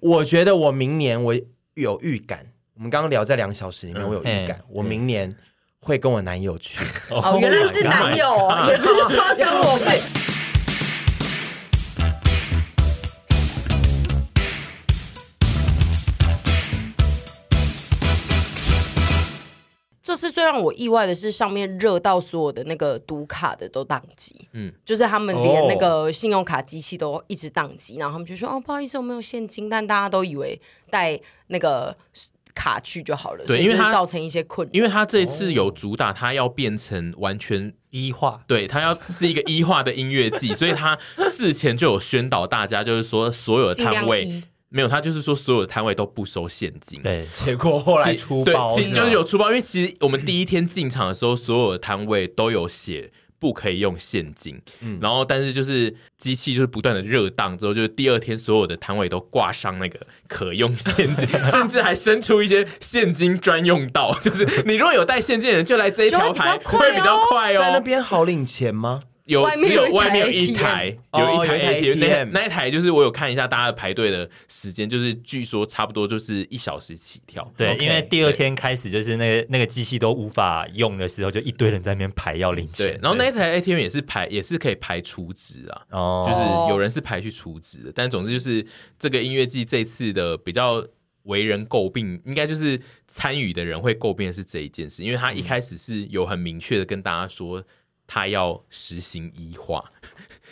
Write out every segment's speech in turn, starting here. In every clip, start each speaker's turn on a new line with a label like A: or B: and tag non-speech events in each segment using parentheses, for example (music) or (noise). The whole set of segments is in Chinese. A: 我觉得我明年我有预感，我们刚刚聊在两小时里面，我有
B: 嗯
A: 预感，我明年会跟我男友
B: (laughs)
A: 去。
B: Oh
C: 哦，原来是男友，哦，也不是说跟我
B: (laughs)
C: 是。这次最让我意外的是，上面热到所有的那个读卡的都宕机，嗯，就是他们连那个信用卡机器都一直宕机，然后他们就说哦，不好意思，我没有现金，但大家都以为带那个卡去就好了，
B: 对
C: 所以
B: 因为
C: 就是
B: 他
C: 造成一些困扰。
B: 因为他这一次有主打，他要变成完全
D: 一哦化
B: 对他要是一个一化的音乐季，所以他事前就有宣导大家，就是说所有的
C: 尽量
B: 摊位
C: 一
B: 没有，他就是说所有的摊位都不收现金。
D: 对
A: 结果后来
B: 其
A: 出
B: 对
A: 包，，
B: 其实就是有出包，因为其实我们第一天进场的时候，所有的摊位都有写。不可以用现金，然后但是就是机器就是不断的热档之后，就是第二天所有的摊位都挂上那个可用现金，甚至还伸出一些现金专用道，就是你如果有带现金的人就来这一
C: 就
B: 条
C: 会比较
B: 牌，
C: 快
B: 会比较
C: 哦
B: 快哦。
A: 在那边好领钱吗？
B: 有
C: 外面
B: 只有
C: 有一台
B: 外面有一
C: ATM
B: 台
A: 哦
B: 有一
A: 有
B: 台
A: 一台
B: ATM，
A: ATM
B: 那那一台就是我有看一下大家的排队的时间，就是据说差不多就是一小时起跳。
D: 对，
A: OK，
D: 因为第二天开始就是那个那个机器都无法用的时候，就一堆人在那边排要领钱
B: 对，。然后那一台 ATM 也是排也是可以排除值啊，
D: 哦，
B: 就是有人是排去除值的，但总之就是这个音乐季这次的比较。为人诟病，应该就是参与的人会诟病的是这一件事，因为
D: 嗯
B: 他一开始是有很明确的跟大家说他要实行一化，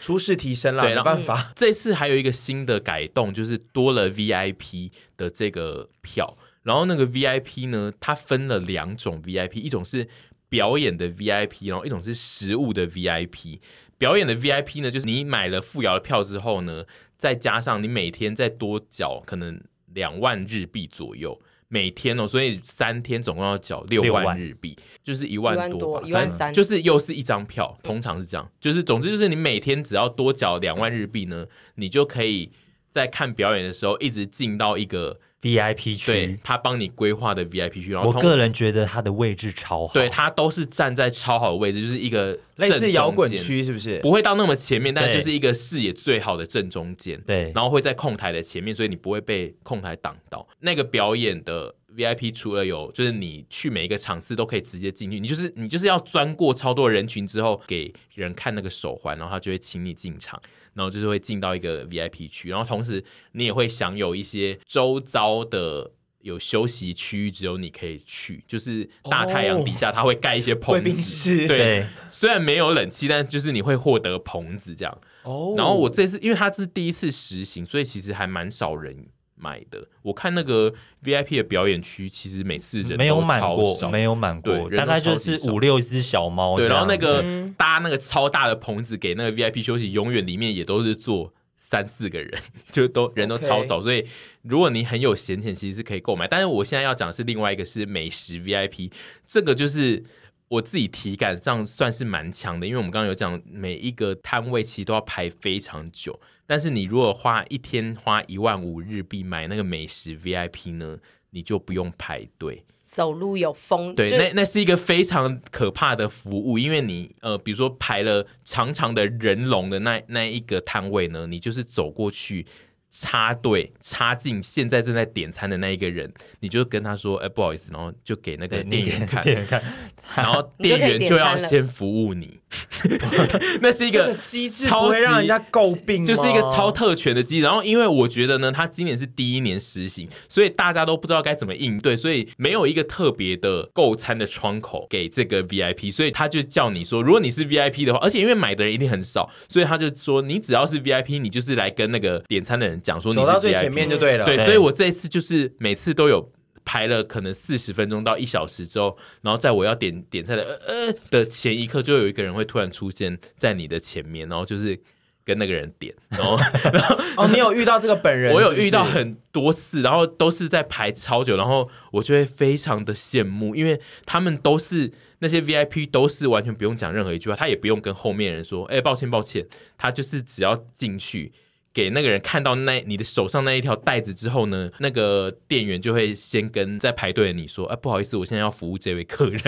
A: 初试提升啦，
B: 对
A: 没
B: 然后
A: 办法。
B: (laughs) 这次还有一个新的改动，就是多了 VIP 的这个票。然后那个 VIP 呢，它分了两种 VIP，一种是表演的 VIP，然后一种是食物的 VIP。表演的 VIP 呢，就是你买了富瑶的票之后呢，再加上你每天再多缴可能两万日币左右，每天哦，所以三天总共要缴六
D: 六
B: 万
D: 万
B: 日币，就是一
C: 一
B: 万
C: 万
B: 多
C: 多
B: 吧，
C: 一万
B: 反正
C: 三
B: 就是又是一张票，通常是这样，就是总之就是你每天只要多缴两万日币呢，你就可以在看表演的时候一直进到一个
D: VIP
B: 对
D: 区，
B: 他帮你规划的 VIP 区，然后
D: 我
B: 通
D: 个人觉得它的位置超好。
B: 对他都是站在超好的位置，就是一个
A: 类
B: 正中
A: 似摇滚
B: 间
A: 区是不是？
B: 不会到那么前面，但
D: 对
B: 就是一个视野最好的正中间。
D: 对
B: 然后会在控台的前面，所以你不会被控台挡到。那个表演的 VIP 除了有，就是你去每一个场次都可以直接进去，你就是你就是要钻过超多人群之后，给人看那个手环，然后他就会请你进场，然后就是会进到一个 VIP 区，然后同时你也会享有一些周遭的。有休息区域，只有你可以去，就是大太阳底下，它会盖一些
A: 贵
B: 棚子，
A: 宾室
B: 对
D: 对，
B: 虽然没有冷气，但就是你会获得棚子这样。
A: 哦
B: 然后我这次因为它是第一次实行，所以其实还蛮少人买的。我看那个 VIP 的表演区，其实每次人都
D: 没有满
B: 超
D: 过，
B: 少
D: 没有满
B: 对人
D: 过，
B: 都
D: 大概就是
B: 超级少
D: 五六只小猫
B: 对，
D: 这样。
B: 然后那个搭那个超大的棚子给那个 VIP 休息，永远里面也都是坐三四个人， (laughs) 就都人都
A: OK
B: 超少。所以如果你很有闲钱，其实是可以购买。但是我现在要讲的是另外一个是美食 VIP，这个就是。我自己体感上算是蛮强的，因为我们刚刚有讲每一个摊位其实都要排非常久，但是你如果花一天花一万五日币买那个美食 VIP 呢，你就不用排队，
C: 走路有风，
B: 对，
C: 就
B: 那那是一个非常可怕的服务，因为你呃，比如说排了长长的人龙的那那一个摊位呢，你就是走过去插队插进现在正在点餐的那一个人，你就跟他说，哎、不好意思，然后就给那个
D: 对
B: 店
D: 你给
B: 员看，
D: 店
B: (laughs)
D: 员看，
B: 然后
C: 你就
B: 店
C: 可以
B: 员
C: 点
B: 就
C: 餐
B: 要
C: 了
B: 先服务你， (laughs) 那是一
A: 这
B: 个
A: 个机制
B: 超
A: 不会让人
B: 级
A: 家诟病吗，
B: 就是一个超特权的机制。然后，因为我觉得呢，它今年是第一年实行，所以大家都不知道该怎么应对，所以没有一个特别的购餐的窗口给这个 VIP，所以他就叫你说，如果你是 VIP 的话，而且因为买的人一定很少，所以他就说，你只要是 VIP，你就是来跟那个点餐的人讲说你是
A: 走
B: VIP，
A: 到最前面就对了。
B: 嗯对，
D: 对
B: 所以我这一次就是每次都有排了可能四十分钟到一小时之后，然后在我要点点菜的呃呃的前一刻，就有一个人会突然出现在你的前面，然后就是跟那个人点，然后然后
A: 哦，你有遇到这个本
B: (laughs)
A: 人？
B: 我有
A: 是不是
B: 遇到很多次，然后都是在排超久，然后我就会非常的羡慕，因为他们都是那些 VIP 都是完全不用讲任何一句话，他也不用跟后面人说，哎、抱歉抱歉，他就是只要进去。给那个人看到那你的手上那一条带子之后呢，那个店员就会先跟在排队的你说：“啊，不好意思，我现在要服务这位 (laughs) 客人。”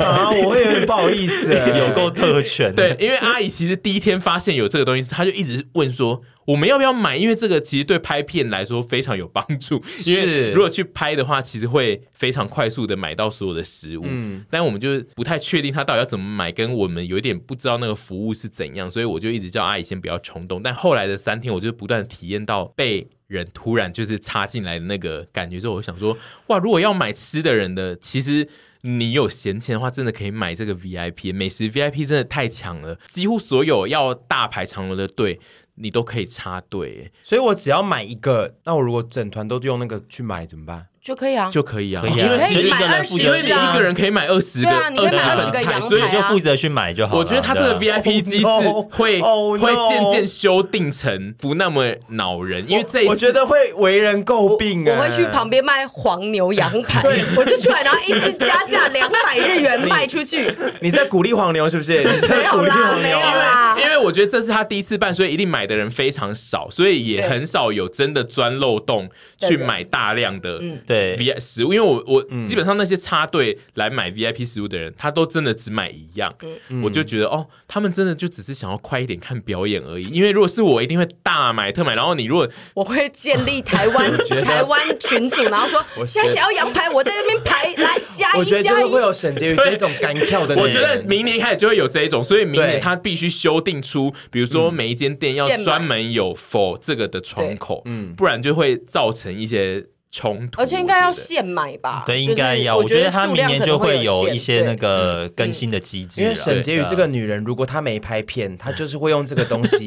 B: 哦
A: 啊，我会有点不好意思，
D: (laughs) 有够特
B: (laughs)
D: 权。
B: 对，因为阿姨其实第一天发现有这个东西，她就一直问说：“我们要不要买？因为这个其实对拍片来说非常有帮助，因为如果去拍的话，其实会非常快速的买到所有的食物。
A: 嗯
B: 但我们就是不太确定他到底要怎么买，跟我们有一点不知道那个服务是怎样，所以我就一直叫阿姨先不要冲动。但后来的三天，我就不断地体验到被人突然就是插进来的那个感觉之后，我想说，哇，如果要买吃的人的，其实。你有闲钱的话，真的可以买这个 VIP 美食 VIP，真的太强了！几乎所有要大排长龙的队，你都可以插队
A: 所以我只要买一个，那我如果整团都用那个去买怎么办？
C: 就可以啊，
B: 就可以啊。
D: 可以
C: 你
D: 啊，
C: 可以
D: 就一
C: 买
D: 个人
C: 20
D: 负
B: 因
D: 责
B: 为
D: 去
B: 你
C: 只啊
B: 一个人可以买二十个，
C: 对啊你可以
B: 20
C: 买
D: 20个
B: 份菜
C: 羊排
B: 所以
C: 啊
D: 你就负责去买就好了。
B: 我觉得他这个
D: 对啊
B: VIP 机制
A: Oh no
B: 会
A: Oh, no
B: 会渐渐修订成不那么恼人，因为这一次
A: 我觉得会为人诟
C: 我
A: 病、啊
C: 我会去旁边卖黄牛羊
A: (laughs)
C: 排
A: 对，
C: 我就出来，然后一只加价两百日元卖出去，
A: (laughs) 你在鼓励黄牛是不
C: (laughs)
A: 是？你
C: 没
A: 在
C: 有
A: 鼓励
C: 啦，
A: 黄
C: 没有
A: 牛。啊
C: 啦
B: 因。为我觉得这是他第一次办，所以一定买的人非常少，所以也
C: 对
B: 很少有真的钻漏洞
C: 对
B: 去
C: 对
B: 买大量的
C: 嗯
D: 对
B: V I 食物。因为我我
A: 嗯
B: 基本上那些插队来买 VIP 食物的人，他都真的只买一样，
C: 嗯
A: 嗯
B: 我就觉得哦，他们真的就只是想要快一点看表演而已。因为如果是我，一定会大买特买。然后你如果
C: 我会建立台
A: (laughs)
C: 湾台湾群组，然后说现在想要羊排，我在那边排，来加
A: 我
C: 一
A: 觉得就
C: 加
A: 是
C: 一
A: 会。有沈婕妤这种干跳的人。
B: 我觉得明年开始就会有这一种，所以明
A: 对
B: 年他必须修订出，比如说每一间店要
C: 现买
B: 专门有 for 这个的窗口，
A: 嗯
B: 不然就会造成一些冲突。
C: 而且应该要
B: 我觉得
C: 现买吧？
D: 对，
C: 就是
D: 应该要。
C: 我
D: 我觉得他
C: 数
D: 明
C: 量
D: 年
C: 可
D: 就
C: 能
D: 会有
C: 限
D: 一些
C: 对嗯
D: 那个更新的机制
A: 因
D: 啊。
A: 为沈婕妤是
D: 对
A: 个女人，如果她没拍片，她就是会用这个东
C: (laughs)
A: 西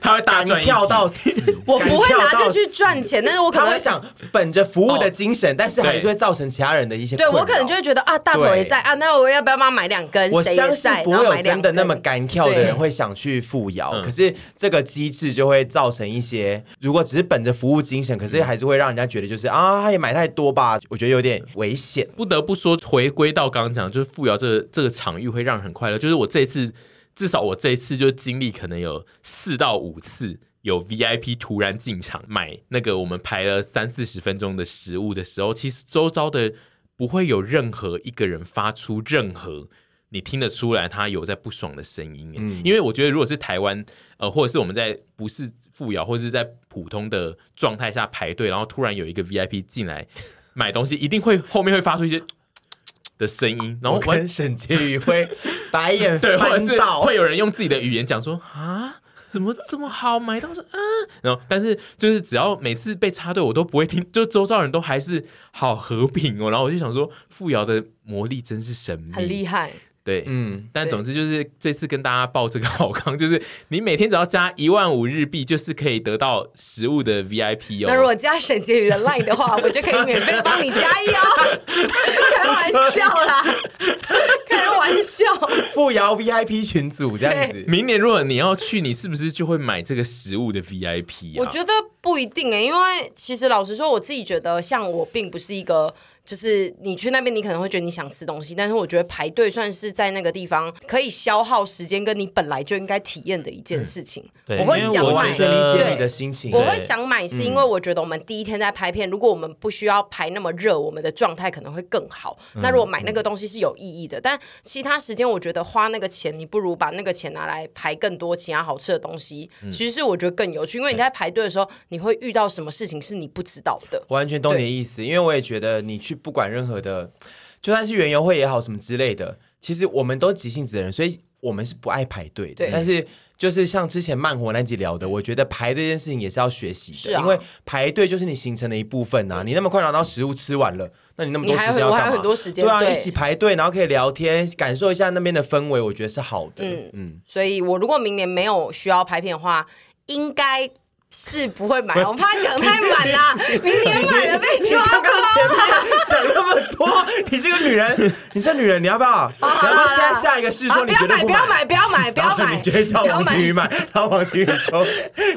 B: 他会大
A: 敢
B: 赚一笔
A: 跳到死，
C: 我不
A: 敢
C: 会
A: 跳
C: 拿
A: 到
C: 这
A: 死
C: 去赚钱，但是我可
A: 他
C: 能
A: 会想本着服务的精神，但是还是
B: 对
A: 会造成其他人的一些
C: 对
A: 困
C: 我
A: 扰
C: 可能就会觉得啊，大头也在啊，那我要不要帮他买两根？
A: 我
C: 谁
A: 相
C: 也
A: 信
C: 在，
A: 不
C: 然
A: 会
C: 后
A: 有
C: 买两
A: 真的那么
C: 根
A: 干跳的人
C: 对
A: 会想去富摇，
B: 嗯
A: 可是这个机制就会造成一些，如果只是本着服务精神，可是还是会让人家觉得就是啊，他也买太多吧，我觉得有点危险。
B: 不得不说，回归到刚刚讲，就是富瑶这个这个场域会让人很快乐。就是我这一次，至少我这一次就经历可能有四到五次。有 VIP 突然进场买那个我们排了三四十分钟的食物的时候，其实周遭的不会有任何一个人发出任何你听得出来他有在不爽的声音，欸因为我觉得如果是台湾呃，或者是我们在不是富瑶或者是在普通的状态下排队，然后突然有一个 VIP 进来买东西，一定会后面会发出一些的声音，然后
A: 我
B: 完
A: 跟沈婕妤会白眼
B: (laughs) 对，或者
A: 翻
B: 是
A: 到，
B: 会有人用自己的语言讲说啊。怎么这么好买到是啊？然后，但是就是只要每次被插队，我都不会听， (laughs) 就周遭人都还是好和平哦。然后我就想说，富瑶的魔力真是神秘，
C: 很厉害。
B: 对，
A: 嗯，
B: 但
C: 对
B: 总之就是这次跟大家报这个好康， (laughs) 就是你每天只要加一万五日币，就是可以得到食物的 VIP 哦。
C: 那如果加沈婕妤的 line 的话，我就可以免费帮你加一 (laughs) 哦。开玩笑啦，开玩笑。
A: 富瑶 VIP 群组这样子，
B: 明年如果你要去，你是不是就会买这个食物的 VIP 啊？
C: 我觉得不一定哎、因为其实老实说，我自己觉得，像我并不是一个，就是你去那边，你可能会觉得你想吃东西，但是我觉得排队算是在那个地方可以消耗时间，跟你本来就应该体验的一件事情。
D: 对
C: 我会
D: 因为
C: 想
D: 我
C: 买
A: 完
D: 觉
A: 全
D: 得
A: 理解你的心情。
C: 我
D: 对
C: 会想买，是
A: 嗯
C: 因为我觉得我们第一天在拍片，如果我们不需要排那么热，我们的状态可能会更好。
A: 嗯
C: 那如果买那个东西是有意义的，但其他时间我觉得花那个钱，你不如把那个钱拿来排更多其他好吃的东西。
A: 嗯
C: 其实我觉得更有趣，因为你在排队的时候，你会遇到什么事情是你不知道的。
A: 我完全懂你的意思，因为我也觉得你去不管任何的，就算是园游会也好，什么之类的，其实我们都急性子的人，所以我们是不爱排队的
C: 对。嗯
A: 但是就是像之前慢活那集聊的，我觉得排队这件事情也是要学习
C: 是
A: 的，
C: 啊
A: 因为排队就是你行程的一部分呐、你那么快拿到食物吃完了，那你那么多
C: 你
A: 时
C: 还有
A: 间要
C: 我还
A: 干
C: 有
A: 嘛？
C: 很多时间
A: 对啊，
C: 对
A: 一起排队，然后可以聊天，感受一下那边的氛围，我觉得是好的。嗯
C: 嗯所以我如果明年没有需要拍片的话，应该。是不会买，我怕讲太满
A: (laughs)
C: 啦，明年买了被
A: 你
C: 抓
A: 刚刚
C: 包。
A: 前面讲那么多，你这个女人，
C: (laughs)
A: 你这女人，你要不要？你
C: 好
A: 要不要现在下一个试
C: 好
A: 说你绝对
C: 啊不要买，不要买，不
A: 然
C: 要
A: 后
C: 买，
A: 你就会叫
C: 不要
A: 王
C: 买
A: 庭宇买，然后王庭宇就，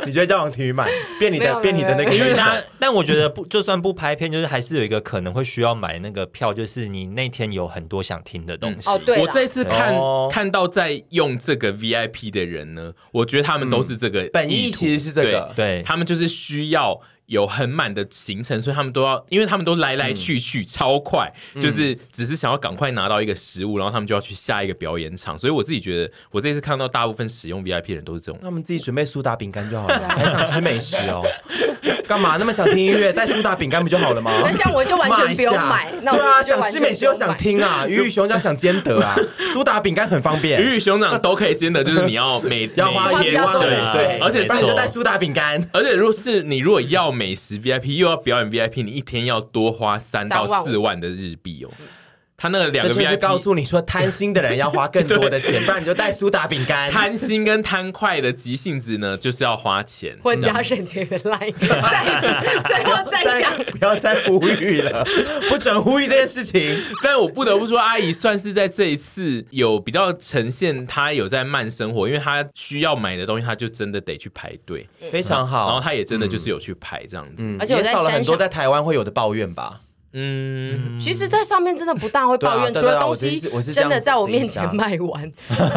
A: 你就会叫王庭宇买，变你
C: 没
A: 的
C: 有
A: 变你的那
C: 没有
A: 个
D: 因为
A: 乐手。
D: 他，但我觉得不，就算不拍片，就是还是有一个可能会需要买那个票，就是你那天有很多想听的
B: 嗯
D: 东西。
C: 哦，对啦，
B: 我这次看、
A: 哦
B: 看到在用这个 VIP 的人呢，我觉得他们都是这个、
A: 本意其实是这个
D: 对
B: 他们就是需要有很满的行程，所以他们都要，因为他们都来来去去、超快，就是只是想要赶快拿到一个食物，然后他们就要去下一个表演场。所以我自己觉得，我这次看到大部分使用 VIP 的人都是这种
A: 那。我们自己准备苏打饼干就好
C: 啊
A: 了，还想吃美食哦？干嘛那么想听音乐？带苏打饼干不就好了吗？
C: 那像我就完全不用买
A: 骂一下
C: 那我
A: 对啊，
C: 就
A: 想
C: 完全
A: 吃美食又想听啊，鱼与熊掌想兼得
C: (laughs)
A: 啊，苏打饼干很方便，
B: 鱼与熊掌都可以煎的，就是你要每
A: 要花
B: 每
A: 一
B: 天
A: 天
C: 花
B: 对
C: 比较多的
B: 对，
C: 钱
B: 而且
A: 不然你
B: 是
A: 就带苏打饼干。
B: 而且，如果是你如果要美食 VIP 又要表演 VIP，你一天要多花三到
C: 三万五
B: 四万的日币哦。他那个两
A: 这
B: 个
A: 就是
B: VIP
A: 告诉你说，贪心的人要花更多
B: (laughs)
A: 的钱，不然你就带苏打饼干。
B: 贪心跟贪快的急性子呢， (laughs) 就是要花钱。
C: 婚家省钱原
A: (laughs)
C: 来再一次，最后
B: (laughs)
C: 再讲，
A: 不要再呼吁了，不准呼吁这件事情。
B: 但我不得不说，阿姨算是在这一次有比较呈现她有在慢生活，因为她需要买的东西，她就真的得去排队，
C: 嗯
A: 非常
B: 然后
A: 好，
B: 她也真的就是有去排这样子。嗯
C: 而且我
A: 也
C: 在
A: 少了很
C: 山
A: 多
C: 上，
A: 在台湾会有的抱怨吧。
B: 嗯
C: 其实，在上面真的不大会抱
A: 对啊
C: 怨，
A: 嗯对
C: 除
A: 啊
C: 了东
A: 我
C: 西
A: 是我是这样
C: 真
A: 子
C: 的在我
A: 定义
C: 面
A: 的
C: 前卖完，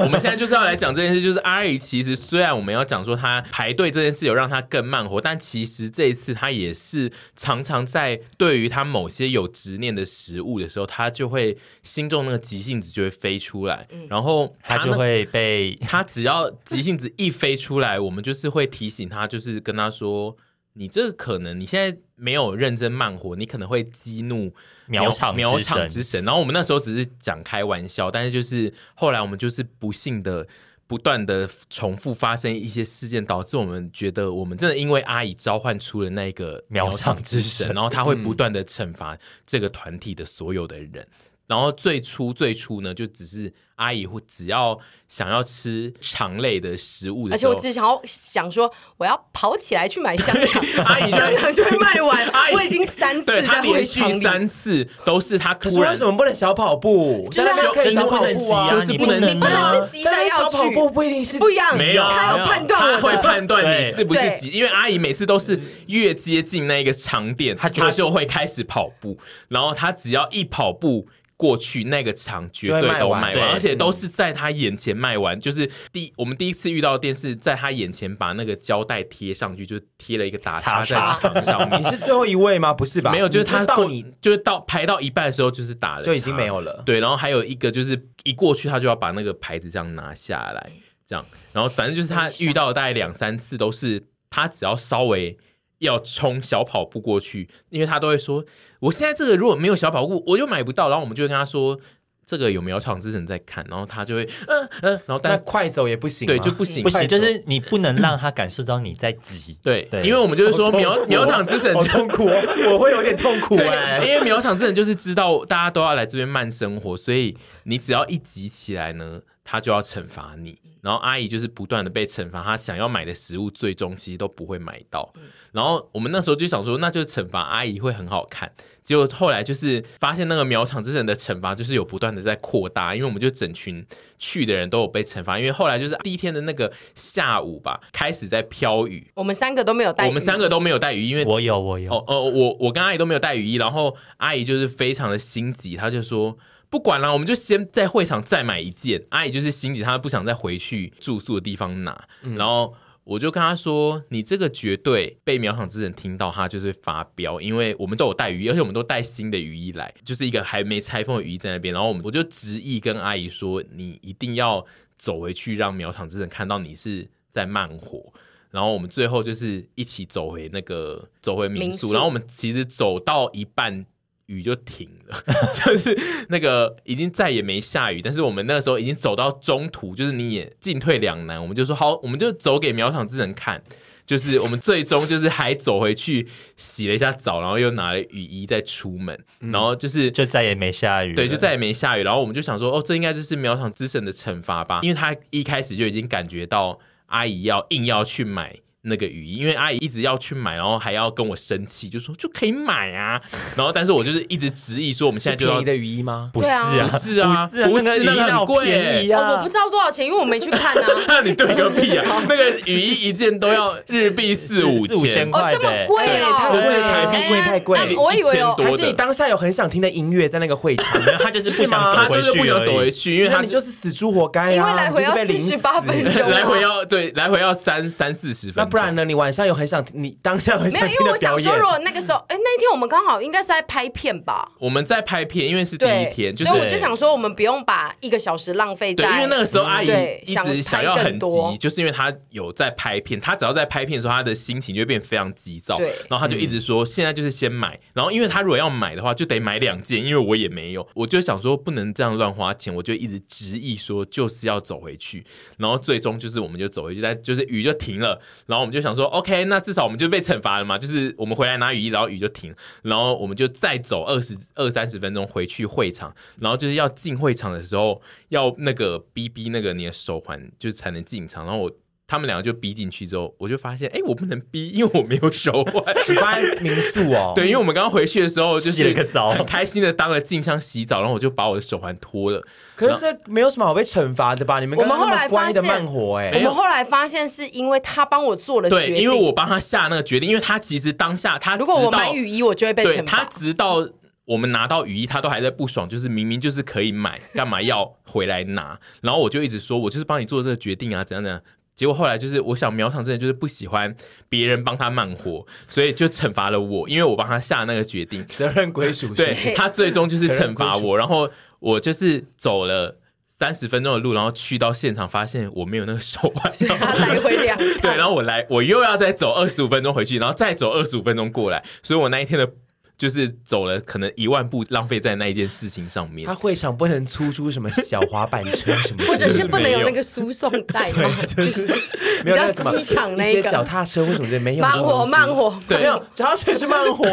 B: 我们现在就是要来讲这件事，就是阿姨其实虽然我们要讲说她排队这件事有让她更慢活，但其实这一次她也是常常在对于她某些有执念的食物的时候，她就会心中那个急性子就会飞出来，然后
D: 他
B: 那
D: 就会被
B: 他只要急性子一飞出来，我们就是会提醒他，就是跟他说，你这可能你现在没有认真慢活，你可能会激怒
D: 苗场
B: 苗
D: 之
B: 场
D: 神
B: 之神。然后我们那时候只是讲开玩笑，但是就是后来我们就是不幸的。不断的重复发生一些事件，导致我们觉得我们真的因为阿姨召唤出了那个
D: 苗场之神
B: 然后他会
A: 嗯
B: 不断的惩罚这个团体的所有的人。然后最初最初呢，就只是阿姨会只要想要吃肠类的食物的
C: 而
B: 时
C: 且
B: 候，
C: 我只想要想说，我要跑起来去买香
A: (laughs)
C: 肠，
B: 阿姨
C: 香肠就会卖
B: 阿
C: 完，
B: 姨
C: 我已经三次
B: 对她
C: 在会
B: 连续
C: 场里，
B: 三次都是她
A: 可是
B: 突然
A: 为什么不能小跑步？
C: 就是
A: 在那边可以小跑
D: 就是
A: 步啊，
D: 就是你
B: 不
D: 能
C: 你不能
A: 啊
C: 是急着要
A: 小
C: 去
A: 跑步不一定是
C: 不一样，
B: 没有
C: 他要判断
B: 她
C: 我
B: 会
C: 的。
B: 判断你
D: 对
B: 是不是
C: 对
B: 急，因为阿姨每次都是越接近那一个场点，她
D: 她就会
B: 就会开始跑步，然后她只要一跑步。过去那个场绝对
A: 就会卖
B: 都
A: 完
B: 卖
D: 对
B: 完，而且都是在她眼前卖完。就是第我们第一次遇到的店是在她眼前把那个胶带贴上去，就贴了一个打叉
D: 叉
B: 在
D: 叉
B: 墙上
A: (laughs)
B: 面
A: 你。是最后一位吗？不是吧？
B: 没有，就是他
A: 你到
B: 过
A: 你，
B: 就是到排到一半的时候，就是打了，
A: 就已经没有了
B: 对，然后还有一个就是一过去，他就要把那个牌子这样拿下来，这样，然后反正就是他遇到大概两三次都是，他只要稍微要冲小跑步过去，因为他都会说，我现在这个如果没有小跑步，我就买不到，然后我们就会跟他说。这个有没有场之神在看？然后他就会，嗯、嗯、然后
A: 那
B: 但
A: 快走也不行吗，
B: 对就不行
D: 不行，
A: 快
D: 就
A: 走
D: 是你不能
B: 嗯
D: 让他感受到你在急。
B: 对，
D: 对
B: 因为我们就是说
A: 好
B: 苗
A: 痛苦哦
B: 苗场之神
A: 好痛苦哦，我会有点痛苦哎
B: 对，。因为苗场真的就是知道大家都要来这边慢生活，所以你只要一急起来呢，他就要惩罚你。然后阿姨就是不断的被惩罚，她想要买的食物最终其实都不会买到。然后我们那时候就想说，那就是惩罚阿姨会很好看。结果后来就是发现那个苗场之神的惩罚就是有不断的在扩大，因为我们就整群去的人都有被惩罚。因为后来就是第一天的那个下午吧，开始在飘雨，
C: 我们三个都没有带，
B: 我们三个。都没有带雨衣，因为
D: 我有，我有，
B: 哦哦，我我跟阿姨都没有带雨衣，然后阿姨就是非常的心急，她就说不管了，我们就先在会场再买一件。阿姨就是心急，她不想再回去住宿的地方拿，然后。我就跟她说：“你这个绝对被苗场之人听到，她就是会发飙，因为我们都有带雨衣，而且我们都带新的雨衣来，就是一个还没拆封的雨衣在那边。然后我们我就执意跟阿姨说，你一定要走回去，让苗场之人看到你是在慢活。然后我们最后就是一起走回那个走回民
C: 民
B: 宿，
C: 宿
B: 然后我们其实走到一半。雨就停了， (laughs) 就是那个已经再也没下雨，但是我们那个时候已经走到中途，就是你也进退两难，我们就说好，我们就走给苗场之人看，就是我们最终就是还走回去洗了一下澡，然后又拿了雨衣再出门，然后就是
D: 就再也没下雨了。
B: 对，就再也没下雨。然后我们就想说，哦，这应该就是苗场之神的惩罚吧，因为他一开始就已经感觉到阿姨要硬要去买。那个雨衣，因为阿姨一直要去买，然后还要跟我生气，就说就可以买啊。然后，但是我就是一直执意说，我们现在
A: 是
B: 就
A: 便
B: 要
A: 宜的雨衣吗？
D: 不是啊，
B: 不是啊
D: 不是啊，
B: 不是
D: 那个
B: 那个很
D: 好
B: 贵
D: 便宜
C: 哦，
D: 啊，
C: 我不知道多少钱，因为我没去看
A: (laughs)
C: 啊。
B: (laughs) 那你对个屁啊！那个雨衣一件都要日币四五
D: 四五
B: 千，
D: 千
C: 哦，这么贵
A: 哎
C: 哦，
A: 对
B: 就是台币贵
C: 哎
A: 太贵
C: 那我以为有
B: 1000多
A: 还是你当下有很想听的音乐在那个会场？
D: 没有 (laughs) 他就是不想
A: 是吗
D: 走
B: 他
D: 回
B: 就是
D: 去
B: 不想走
D: 而
B: 回
D: 已。
B: 去，因为
A: 那
B: 他
A: 你就是死猪活该啊！
C: 因为来回
A: 你就是被
C: 要四
A: 淋死
B: (laughs)
C: 十八分钟啊，
B: 来回要对来回要三三四十分
A: 那
B: 钟，
A: 不然呢？你晚上有很想你当下很
C: 没
A: 想
C: 有，
A: 听
C: 因为
A: 的
C: 我想
A: 表演
C: 说，如？果那个时候，哎、那一天我们刚好应该是在拍片吧？
B: 我们在拍片，因为是第一
C: 对，
B: 天，就
C: 所以我
B: 是
C: 就想说，我们不用把一个小时浪费
B: 对，
C: 在，嗯
B: 因为那个时候阿姨
C: 对
B: 一
C: 想
B: 直想要
C: 拍
B: 很
C: 更多
B: 急，就是因为她有在拍片，她只要在拍片的时候，她的心情就会变非常急躁，
C: 对
B: 然后她就一直说现在就是先买，然后因为她如果要买的话，就得买两件，因为我也没有，我就想说不能这样乱花钱，我就一直执意说就是要走回去，然后最终就是我们就走回去，但就是雨就停了，然后我们就想说 OK，那至少我们就被惩罚了嘛，就是我们回来拿雨衣，然后雨就停了，然后我们就再走二十二三十分钟回去会场，然后就是要进会场的时候，要那个逼逼那个你的手环，就是才能进场。然后我他们两个就逼进去之后，我就发现，哎，我不能逼，因为我没有手
D: (laughs)
B: 环。
A: 你放在民宿哦，
B: (laughs) 对，因为我们刚刚回去的时候，就
D: 洗
B: 是
D: 了个澡
B: 很开心的当了静香洗澡，然后我就把我的手环脱了。
A: 可是这没有什么好被惩罚的吧？你们刚刚
C: 我
A: 那
C: 们后
A: 么
C: 来
A: 乖的
C: 发现
A: 慢活、
C: 我
A: 哎，
C: 们后来发现是因为他帮我做了决定，
B: 对，因为我帮他下那个决定，因为他其实当下他
C: 如果
B: 直
C: 我
B: 到
C: 买雨衣，我就会被
B: 对
C: 惩
B: 他
C: 罚。
B: 直到我们拿到雨衣，他都还在不爽，就是明明就是可以买，干嘛要回来拿？然后我就一直说，我就是帮你做这个决定啊，怎样怎样。结果后来就是，我想苗场真的就是不喜欢别人帮他慢活，所以就惩罚了我，因为我帮他下那个决
C: (laughs)
B: 定。
A: 责任归属是
B: 对他最终就是惩罚我，然后我就是走了三十分钟的路，然后去到现场发现我没有那个手环，
C: 所以 (laughs) 他来回两
B: (laughs) 对，
C: 趟，
B: 然后我来，我又要再走二十五分钟回去，然后再走二十五分钟过来，所以我那一天的，就是走了可能一万步，浪费在那一件事情上面
A: 他。会场不能出租什么小滑板车什么之类的，
C: 或者是不能有
B: 没有
C: 那个输送带嘛，就是
A: 没有
C: 你知道
A: 那什么
C: 机场那
A: 一些
C: 个
A: 脚踏车或什么的没有这
C: 慢
A: 种
C: 火
A: 东西
C: 慢火。
B: 对
A: 没有脚踏车是慢
B: (laughs)
A: 活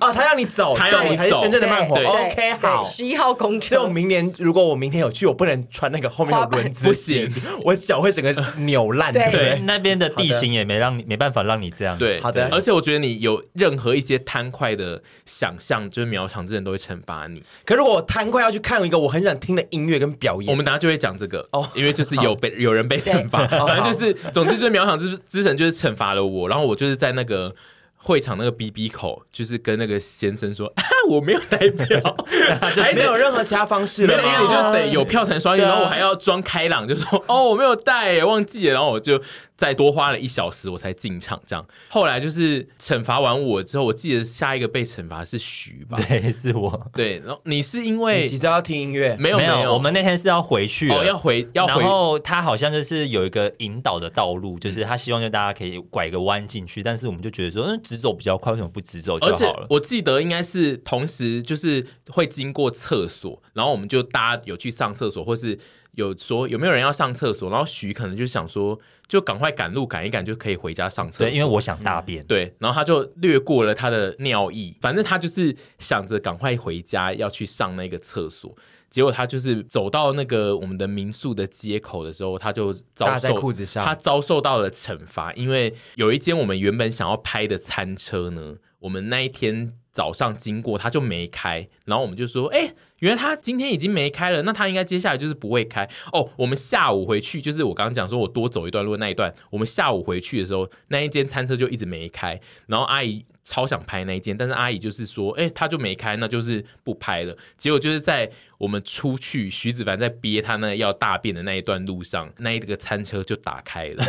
A: 啊，他让你走，
B: 他
A: 这
B: 让你
A: 样才是
B: 走
A: 真正的
C: 对
A: 慢活。
C: 对
A: OK，好。
C: 十一号公
A: (laughs) 所以我
C: 车，
A: 明年如果我明天有去，我不能穿那个后面有
C: 滑板
A: 轮子
B: 不
A: 的
B: 行
A: 鞋子，我脚会整个扭烂，
C: 对
A: 对不
D: (laughs) 对
A: 对？
D: 那边的地形也没让你没办法让你这样。，
B: 对，
A: 好的
B: 而且我觉得你有任何一些贪快的想象，就是苗场之人都会惩罚你。
A: 可如果我贪快要去看一个我很想听的音乐跟表
B: 我
A: 演，
B: 们等下就会讲这个
A: 哦
B: 因
A: (laughs)
B: 为就是有被有人被惩罚，
A: 好
B: 反正就是，总之就是苗场之之神就是惩罚了我，然后我就是在那个。会场那个 B B 口，就是跟那个先生说啊， (laughs) 我没有代
A: (laughs)
B: 表，哎还
A: 没
B: 得
A: 有任何其他方式
B: 没
A: 了
B: 有，因为你
A: 吗？
B: 就得有票才能刷运，
A: 对啊
B: 然后我还要装开朗，就说哦我没有带耶，忘记了，然后我就再多花了一小时我才进场，这样。后来就是惩罚完我之后，我记得下一个被惩罚是徐吧，
D: 对，是我。
B: 对，然后你是因
A: 你
B: 为
A: 急着要听音乐，
B: 没有有，
D: 我们那天是要回去了
B: 哦要回要回
D: 然后他好像就是有一个引导的道路，就是他希望就大家可以拐个弯进去，但是我们就觉得说，嗯，直走比较快，为什么不直走就
B: 而且
D: 好了？
B: 我记得应该是同时就是会经过厕所，然后我们就大家有去上厕所，或是有说有没有人要上厕所，然后徐可能就想说就赶快赶路赶一赶就可以回家上厕所，
D: 对，因为我想大便。
B: 对，然后他就略过了他的尿意，反正他就是想着赶快回家要去上那个厕所。结果他就是走到那个我们的民宿的街口的时候，他就遭
A: 搭在
B: 受
A: 裤子上
B: 他遭受到了惩罚，因为有一间我们原本想要拍的餐车呢，我们那一天早上经过他就没开，然后我们就说，哎、原来他今天已经没开了，那他应该接下来就是不会开哦。我们下午回去，就是我刚刚讲说我多走一段路那一段，我们下午回去的时候，那一间餐车就一直没开，然后阿姨超想拍那一间，但是阿姨就是说，哎、他就没开，那就是不拍了。结果就是在我们出去，徐子凡在憋他那要大便的那一段路上， (laughs) 那一个餐车就打开
C: (laughs)
B: 了。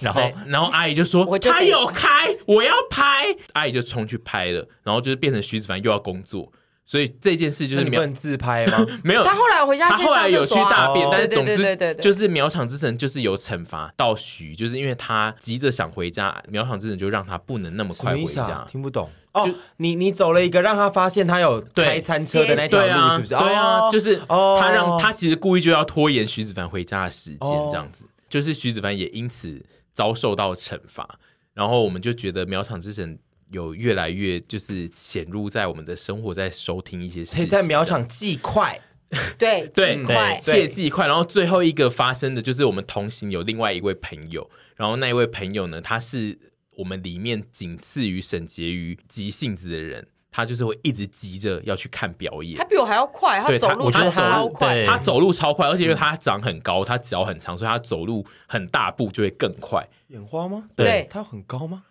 D: 然后
B: 对，然后阿姨就说：“
C: 我就
B: 他
C: 得
B: 有开，我要拍。”阿姨就冲去拍了，然后就是变成徐子凡又要工作，所以这件事就
A: 那
B: 是
A: 你
B: 没
A: 不
B: 有
A: 能自拍
B: (laughs)
A: 吗？
B: 没有。
C: 嗯他后来回家
B: 他
C: 先
B: 后来
C: 上
B: 有去
C: 厕所啊，
B: 大便，
A: 哦
B: 但是
C: 对
B: 总
C: 对对
B: 之
C: 对对
B: 就是苗场之神就是有惩罚到徐，就是因为他急着想回家，苗场之神就让他不能那么
A: 什
B: 快
A: 么
B: 回
A: 意思啊
B: 家？。
A: 听不懂哦。你你走了一个让他发现他有
B: 对
A: 开餐车的那条
B: 对
A: 路，
B: 啊，
A: 是不是？
B: 对啊
A: 哦，
B: 就是
A: 哦
B: 他让他其实故意就要拖延徐子凡回家的时间
A: 哦，
B: 这样子，就是徐子凡也因此遭受到惩罚。然后我们就觉得苗场之神有越来越就是潜入在我们的生活，在收听一些事
A: 可以
B: 情，
A: 在苗场既快，
C: 对
B: 对
C: 几块
A: 对
B: 切记快。然后最后一个发生的就是我们同行有另外一位朋友，然后那一位朋友呢，他是我们里面仅次于沈婕妤急性子的人，他就是会一直急着要去看表演
C: 他。比我还要快，他
B: 对
C: 走
B: 他
C: 路
B: 我觉得他
C: 超快
D: 对，
B: 他走路超快，而且因为他长很高，他脚很长，所以他走路很大步就会更快。
A: 眼花吗？
C: 对
A: 他很高吗？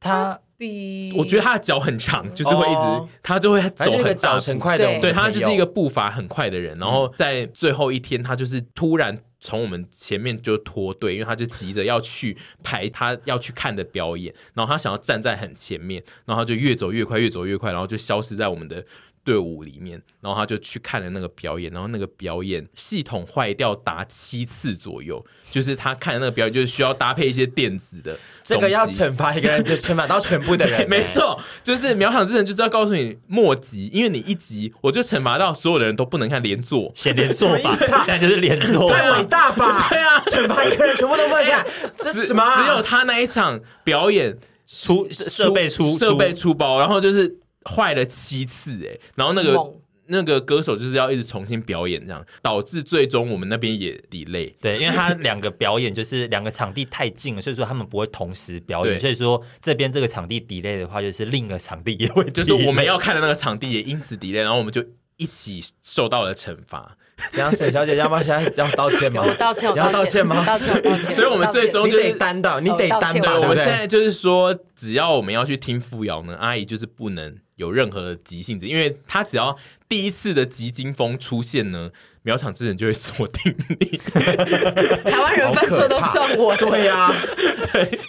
D: 他
C: 比
B: 我觉得他的脚很长，就是会一直，
A: 嗯哦
B: 他就会
A: 反
B: 走
A: 正那个
B: 很大
A: 脚
B: 步
A: 程。快的，
C: 对
B: 对他就是一个步伐很快的人，然后在最后一天，他就是突然从我们前面就脱队，因为他就急着要去排他要去看的表演，然后他想要站在很前面，然后他就越走越快，越走越快，然后就消失在我们的队伍里面，然后他就去看了那个表演，然后那个表演系统坏掉达七次左右，就是他看的那个表演就是需要搭配一些电子的东西，
A: 这个要惩罚一个人，就惩罚到全部
B: (laughs)
A: 的人。
B: 没错，就是秒想之神就是要告诉你莫急，因为你一急，我就惩罚到所有的人都不能看连坐。
D: 写 (laughs) 连坐法， (laughs) 现在就是连坐
A: 太伟
D: (laughs) 法。
A: 大
B: (laughs)
A: 吧？
B: 对啊
A: 惩罚一个人全部都不能看，这
B: 只
A: 是什么啊？
B: 只有他那一场表演
D: 出设备出
B: 设备出包，然后就是坏了七次哎、然后那个
C: 猛
B: 那个歌手就是要一直重新表演，这样导致最终我们那边也 delay。
D: 对，因为他两个表演就是两个场地太近了，所以说他们不会同时表
B: 对
D: 演，所以说这边这个场地 delay 的话，就是另一个场地 (laughs) 也会 delay，
B: 就是我们要看的那个场地也因此 delay，然后我们就一起受到了惩罚，
A: 怎样？沈小姐，要不要现在要道歉吗？
C: (laughs) 我哦道歉，我
A: 你要道歉吗？
C: 道歉，我道
B: (laughs)
C: 歉。
B: 所以我们最终
A: 你得担到，你得
C: 道
A: 担
C: 歉
A: 到，
B: 对，
C: 吧
B: 我
A: 对不
B: 们
A: 对
B: 现在就是说，只要我们要去听傅瑶呢，阿姨就是不能有任何的急性子，因为她只要第一次的急惊风出现呢，苗场之人就会锁定 (laughs) 你。
C: 台湾人犯错都算我的，
A: 对 (laughs) 呀，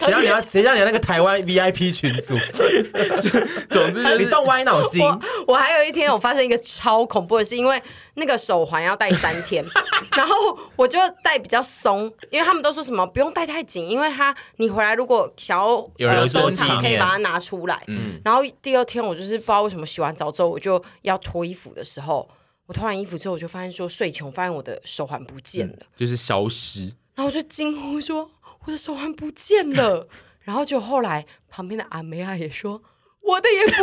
A: 谁让你要
C: 而
A: 谁让你要那个台湾 VIP 群组？
B: 总之、就是，
A: 你动歪脑筋，
C: 我我还有一天我发现一个超恐怖的事，因为那个手环要戴三天， (laughs) 然后我就戴比较松，因为他们都说什么不用戴太紧，因为它你回来如果想要
B: 有留作
C: 收
B: 纪念嗯
C: 藏可以把它拿出来。然后第二天我就是不知道为什么洗完澡之后我就要脱衣服的时候，我脱完衣服之后我就发现说睡前我发现我的手环不见了。
B: 就是消失。
C: 然后我就惊呼说：“我的手环不见了！”然后就后来旁边的阿梅亚啊也说：“我的也不见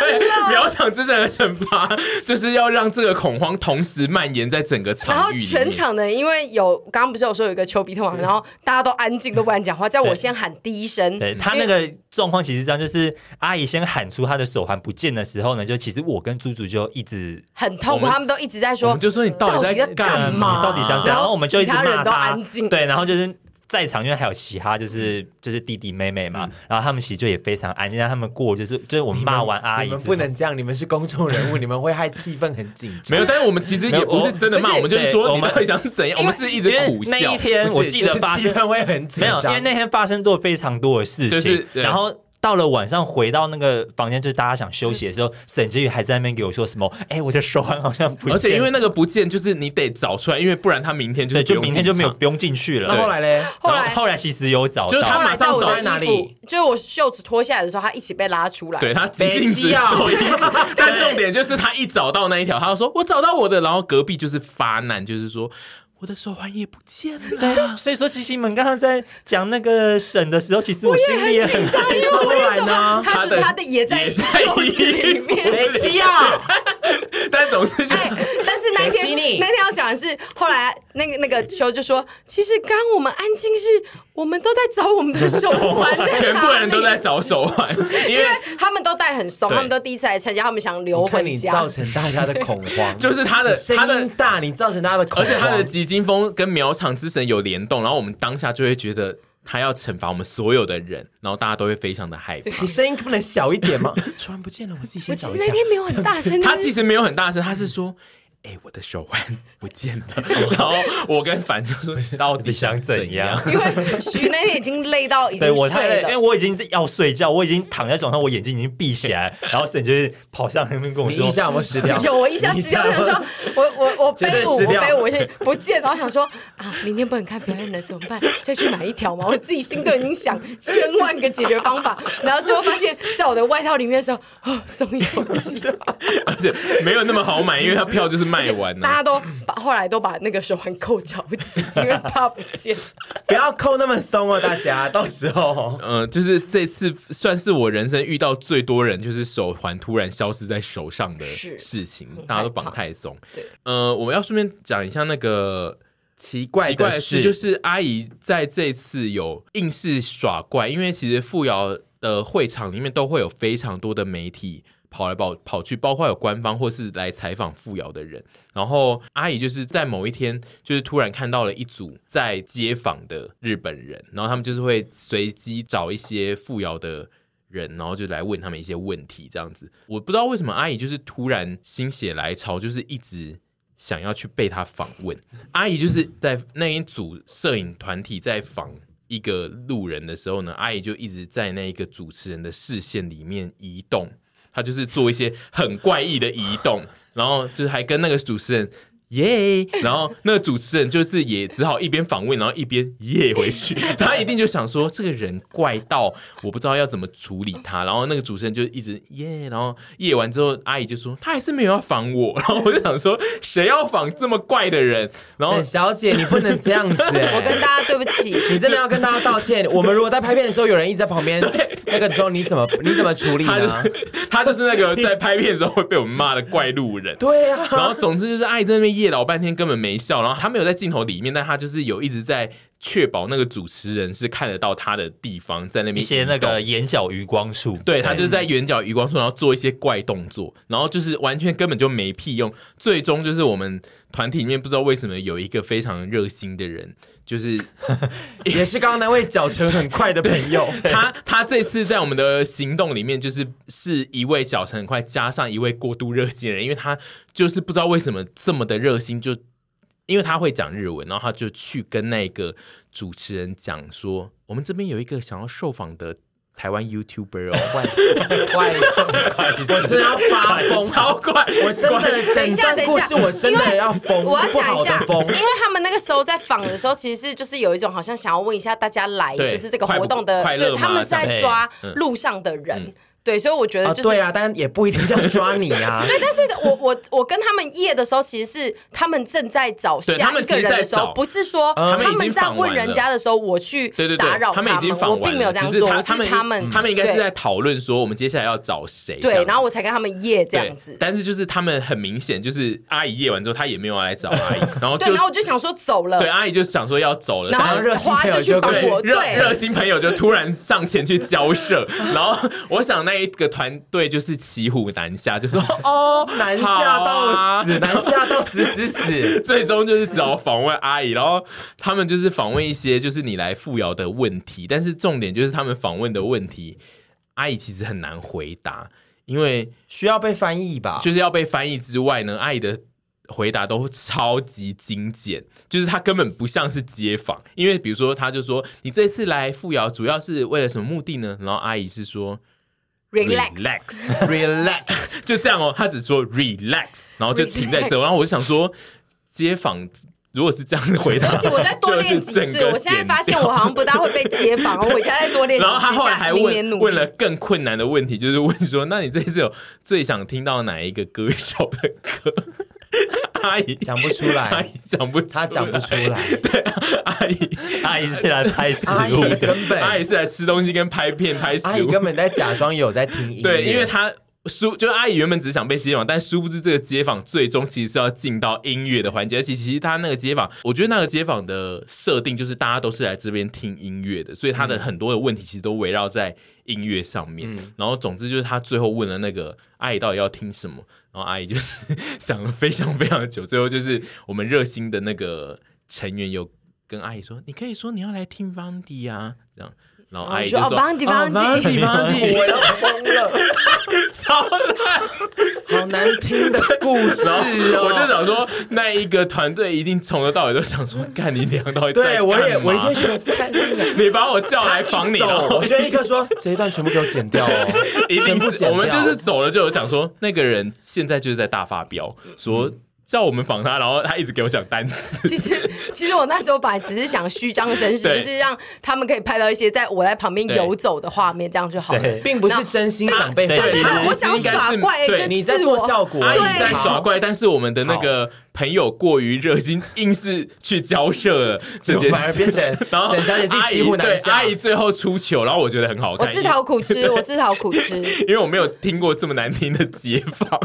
B: 对
C: 了。，
B: 苗场之神的惩罚就是要让这个恐慌同时蔓延在整个”场
C: 然后
B: 域里面
C: 全场的人，因为有刚刚不是有说有一个丘比特王，然后大家都安静，都不敢讲话，叫我先喊第一声。
D: 对他那个状况其实是这样，就是阿姨先喊出她的手环不见的时候呢，就其实我跟猪猪就一直
C: 很
B: 我
C: 痛苦，
B: 们
C: 他们都一直在
B: 我
C: 说
B: 们，就说你到底
C: 到底
B: 在
C: 在
B: 干
C: 干
D: 嗯
C: 嘛
D: 到底想怎样，
C: 然后
D: 然后我们就一直
C: 其他
D: 骂
C: 人都
D: 她
C: 安静
D: 对，然后就是在场，因为还有其他就是就是弟弟妹妹
C: 嗯
D: 嘛，然后他们其实就也非常安静，让他们过，就是就是我们骂完阿姨
A: 你
D: 之
A: 们
D: 后，
A: 不能这样，你们是公众人物，你们会害气氛很紧张。
B: 没有，但是我们其实也不是真的骂，
D: 没有
B: 我
D: 我
B: 们就是
D: 对
B: 说
D: 我
B: 你
D: 们
B: 到底想怎样，我们是一直
D: 因为
B: 苦
D: 那
B: 笑
D: 一。天
A: 不是
D: 我记得
A: 就是
D: 发生
A: 气氛会很紧
D: (laughs) 没有，因
A: 张，
D: 为那天发生过非常多的事情，
B: 就是对
D: 然后。到了晚上回到那个房间，就是大家想休息的时候，
B: 嗯
D: 沈志宇还在那边给我说什么：“哎、我的手环好像不见了，
B: 而且因为那个不见，就是你得找出来，因为不然他明天就
D: 对，
B: 是
D: 就
B: 不用
D: 明天就没有
B: 进
D: 不用进去了。
A: 那后来嘞，
C: 后
D: 然
C: 来
D: 后来其实有找到，
B: 就是他
C: 后
B: 马
C: 来在
B: 上
C: 我
B: 走
C: 的
A: 在哪
C: 衣
A: 里
C: 服，就是我袖子脱下来的时候，他一起被拉出来。
B: 场，对他急性子
A: 北西啊 (laughs)
B: 走一步但重点就是他一找到那一条，他就说我找到我的，然后隔壁就是发难，就是说我的手环也不见
A: (laughs)
B: 了。
D: 所以说，其实你们刚刚在讲那个沈的时候，其实我心里也很 (laughs)
C: 紧张，因为
A: 那
C: 我
A: 后
C: 也
A: 来呢？
B: 啊
C: 他
B: 他的
C: 是他的也在
B: 也在
C: 袖子里面，
A: 北西啊，
B: 但总之就是
C: 哎， (laughs) 但是那一
A: 可惜
C: 天
A: 你
C: 那天要讲的是，后来那个那个球就说，其实刚我们安静是，我们都在找我们的手环，
A: 哎
B: 全部人都在，找手环，因
C: 因为
B: 为
C: (laughs) 他们都戴很松，
B: 对
C: 他们都第一次来参加，他们想留
A: 我看
C: 回
A: 你
C: 家
A: 造。成大家的恐慌，
B: 就是他的
A: 你声
B: 他的
A: 音大，你造成大家的恐
B: 而
A: 慌，
B: 且他的急惊风跟苗场之神有联动，然后我们当下就会觉得他要惩罚我们所有的人，然后大家都会非常的害怕
A: 你。声音不能小一点吗？突然不见了，我自己
C: 我
A: 先
C: 其
A: 找
C: 实
A: 一
C: 那
A: 下。
C: 天没有很大
B: (laughs)
C: 声，
B: 他
C: 但
B: 其
C: 是
B: 实没有很大声，他是说：“
A: 嗯
B: 哎、我的手环不见了。” (laughs) 然后我跟凡就
A: (laughs)
B: 说：“到底想怎样？”
C: 因为徐那天已经累到已
D: 对
C: 经
D: 我太累
C: 睡
D: 了，因为
C: 了。
D: 我已经要睡觉，我已经躺在床上，我眼睛已经闭起来，然后沈就是跑上那边跟我
A: 你印
D: 说，
A: 象有没有失 (laughs) 掉？
C: (laughs) 有我一下
A: 你
C: 失掉，
A: 印
C: 我
A: 象
C: 想说，我我我
A: 绝对
C: 背舞，
A: 失
C: 我
A: 掉
C: 背舞是不见，然后想说啊，明天不能看表演了，怎么办？再去买一条嘛。我自己心都已经想千万个解决方法，然后最后发现，在我的外套里面的时候，哦，松一口气。
B: 而且没有那么好买，因为他票就是卖完啊了、
C: 大家都把后来都把那个手环扣脚紧，因为怕不见。
A: (laughs) 不要扣那么松哦，大家，到时候。
B: 嗯、就是这次算是我人生遇到最多人，就是手环突然消失在手上的
C: 是
B: 事情
C: 很，
B: 大家都
C: 害
B: 绑
C: 怕
B: 太松。
C: 对，
B: 呃，我要顺便讲一下那个
A: 奇怪
B: (laughs) 奇怪的
A: 事
B: 事就是阿姨在这次有硬是耍怪，因为其实富瑶的会场里面都会有非常多的媒体跑来跑跑去，包括有官方或是来采访富瑶的人。然后阿姨就是在某一天，就是突然看到了一组在街访的日本人，然后他们就是会随机找一些富瑶的。人，然后就来问他们一些问题，这样子。我不知道为什么阿姨就是突然心血来潮，就是一直想要去被他访问。阿姨就是在那一组摄影团体在访一个路人的时候呢，阿姨就一直在那一个主持人的视线里面移动，她就是做一些很怪异的移动，然后就是还跟那个主持人。耶 (laughs) 然后那个主持人就是也只好一边访问，然后一边耶回
D: (laughs)
B: 去。他一定就想说，这个人怪到我不知道要怎么处理他。然后那个主持人就一直耶，然后耶完之后，阿姨就说他还是没有要访我。然后我就想说，谁要访这么怪的人？然
D: (laughs)
B: 后
A: 沈小姐，你不能这样子、
C: 我
A: 欸。
C: 跟大家对不 (laughs) 起，
A: 你真的要跟大家道歉。我们如果在拍片的时候，有人一直在旁边，那个时候你怎么你怎么处理
B: 他就
D: 啊
A: 呢？
B: 是他就是那个在拍片的时候会被我们骂的怪路
D: (laughs)
B: 人。
A: 对啊，
B: 然后总之就是阿姨在那边夜老半天，根本没笑。然后他没有在镜头里面，但他就是有一直在确保那个主持人是看得到他的地方，在那边
D: 一些那
B: 移动
D: 个眼角余光术，
B: 对他就是在圆角余光处，然后做一些怪动作，然后就是完全根本就没屁用。最终就是我们团体里面不知道为什么有一个非常热心的人， (laughs) 就是
A: 也是刚刚那位脚程很快的朋友， (laughs)
B: 他，他这次在我们的行动里面，就是是一位小陈很快加上一位过度热心的人，因为他就是不知道为什么这么的热心，就因为他会讲日文，然后他就去跟那个主持人讲说，我们这边有一个想要受访的台湾 YouTuber 哦。
A: 快快快！我 (laughs) 真的要发疯，
B: 超怪，
A: 我真
B: (laughs)
A: 的
C: 等一
A: 整
C: 下
A: 段故事我真的要疯，
C: 我要
A: 不
C: 讲
A: 好
C: 一
A: 的
C: 下，
A: 疯
C: 因。为他们那个时候在访的时候，其实是就是有一种好像想要问一下大家来，
B: 对
C: 就是这个
B: 快不
C: 活动的
B: 快，乐
C: 就他
B: 吗
C: 们是在
B: 这样
C: 抓
B: 嗯
C: 路上的人，对，所以我觉得
A: 啊，
C: 就是
A: 对啊，但也不一定要抓你啊。 (laughs)
C: 对，但是我我我跟他们夜的时候，其实是他们正在找
B: 对
C: 下
B: 他
C: 一
B: 们
C: 个人的
B: 其
C: 时
B: 实在
C: 候
B: 找，
C: 不是说
B: 嗯他们已
C: 们
B: 经
C: 在
B: 访完
C: 问人家的时候，我去
B: 对对对，
C: 打扰
B: 他
C: 们
B: 已经访
C: 我
B: 完了，
C: 并没有这样
B: 只是
C: 做，我
B: 他
C: 是
B: 们
C: 他们
B: 他们应该是
C: 对
B: 在讨论说我们接下来要找谁这样
C: 对，
B: 子
C: 然后我才跟他们夜这
B: 对
C: 样子。
B: 但是就是他们很明显就是阿姨夜完之后，他也没有要来找
C: (laughs)
B: 阿姨，然后
C: 对，
B: 就
C: 然后我就想说走了
B: 对，阿姨就想说要走了，
C: 然
B: 但
A: 然后热
C: 后
A: 心
C: 花
A: 朋友
C: 就去
A: 就
C: 帮
A: 跟
C: 我，
B: 热热
C: 对，
B: 心朋友就突然上前去交涉，然后我想那一个团队就是骑虎难下，就说
A: 哦，难下到死，难下到死死死。
B: (laughs) 最终就是只好访问阿姨，然后他们就是访问一些就是你来富瑶的问题，但是重点就是他们访问的问题，阿姨其实很难回答，因为
A: 需要被翻译
B: (laughs)
A: 吧？
B: 就是要被翻译之外呢，阿姨的回答都超级精简，就是她根本不像是街访，因为比如说她就说你这次来富瑶主要是为了什么目的呢？然后阿姨是说
C: relax。
B: relax relax，就 (laughs) 这样哦，他只说 relax，然后就停在这，然后我就想说，街访如果是这样的回答，
C: 而且我再多练
B: (laughs)
C: 几
B: 就是整
C: 次，
B: 个
C: 我现在发现
B: 剪
C: 我好像不大会被街访，我回家再多练
B: 掉。
C: 几
B: 然后他
C: 次，
B: 后来
C: 下
B: 还
C: 明年
B: 问
C: 努力。
B: 问了更困难的问题，就是问说：“那你这次有最想听到哪一个歌手的歌？”阿姨
A: 讲不出
B: 阿
A: 来
B: 姨，讲不出来，
A: 他讲不出来。
B: 对，阿姨
D: 阿姨是来拍食
A: 阿
D: 物
A: 姨
D: 的，
A: 根
B: 阿姨
A: 本，
B: 是来吃东西跟拍片拍食
A: 阿姨
B: 物，
A: 根本在假装有在听音乐。
B: 对，因为她殊就是阿姨原本只想被街访，但殊不知这个街访最终其实是要进到音乐的环节。而且其实她那个街访，我觉得那个街访的设定就是大家都是来这边听音乐的，所以她的很多的问题其实都围绕在音乐上面。
A: 嗯
B: 然后总之就是她最后问了那个阿姨到底要听什么，然后阿姨就是想了非常非常久，最后就是我们热心的那个成员有跟阿姨说，你可以说你要来听 Vandy 啊，这样。然后阿姨就说：“
C: 哦，Vandy，
B: 哦 Vandy，
C: Vandy
B: Vandy
A: 我要疯了， (laughs)
B: 超烂。
A: 好难听的故事哦。
B: 我就想说，那一个团队一定从头到尾都想说，干你娘到底在
A: 对我也
B: 干嘛
A: 我一定觉得看那个。
B: 你把我叫来防你，然
A: 走，
B: 后
A: 我就立刻说这一段全部给我剪掉哦，
B: 一
A: 全
B: 定
A: 部
B: 是
A: 剪掉。
B: 我们就是走了就有讲说，那个人现在就是在大发飙，
A: 嗯
B: 说叫我们防他，然后他一直给我讲单词，
C: (laughs) 其实，其实我那时候本来只是想虚张声势，
B: 对
C: 就是让他们可以拍到一些在我在旁边游走的画面，这样就好了。
D: 对
A: 并不是真心想被翻
D: 对
A: 译
D: 对
C: 啊
B: 其实
C: 我想耍怪，欸
B: 应该是对
C: 就
A: 你在做效果，
B: 阿
A: 你
B: 姨在耍怪，但是我们的那个朋友过于热心，硬是去交涉了这件
A: 反而
B: 事。
A: 变成
B: (laughs) 然后
A: 沈小姐自己
B: 阿
A: 骑
B: 姨
A: 虎难
B: 对
A: 下
B: 阿姨最后出糗，然后我觉得很好
C: 我
B: 看，
C: 自讨苦吃，我自讨苦吃。
B: 因为我没有听过这么难听的解法。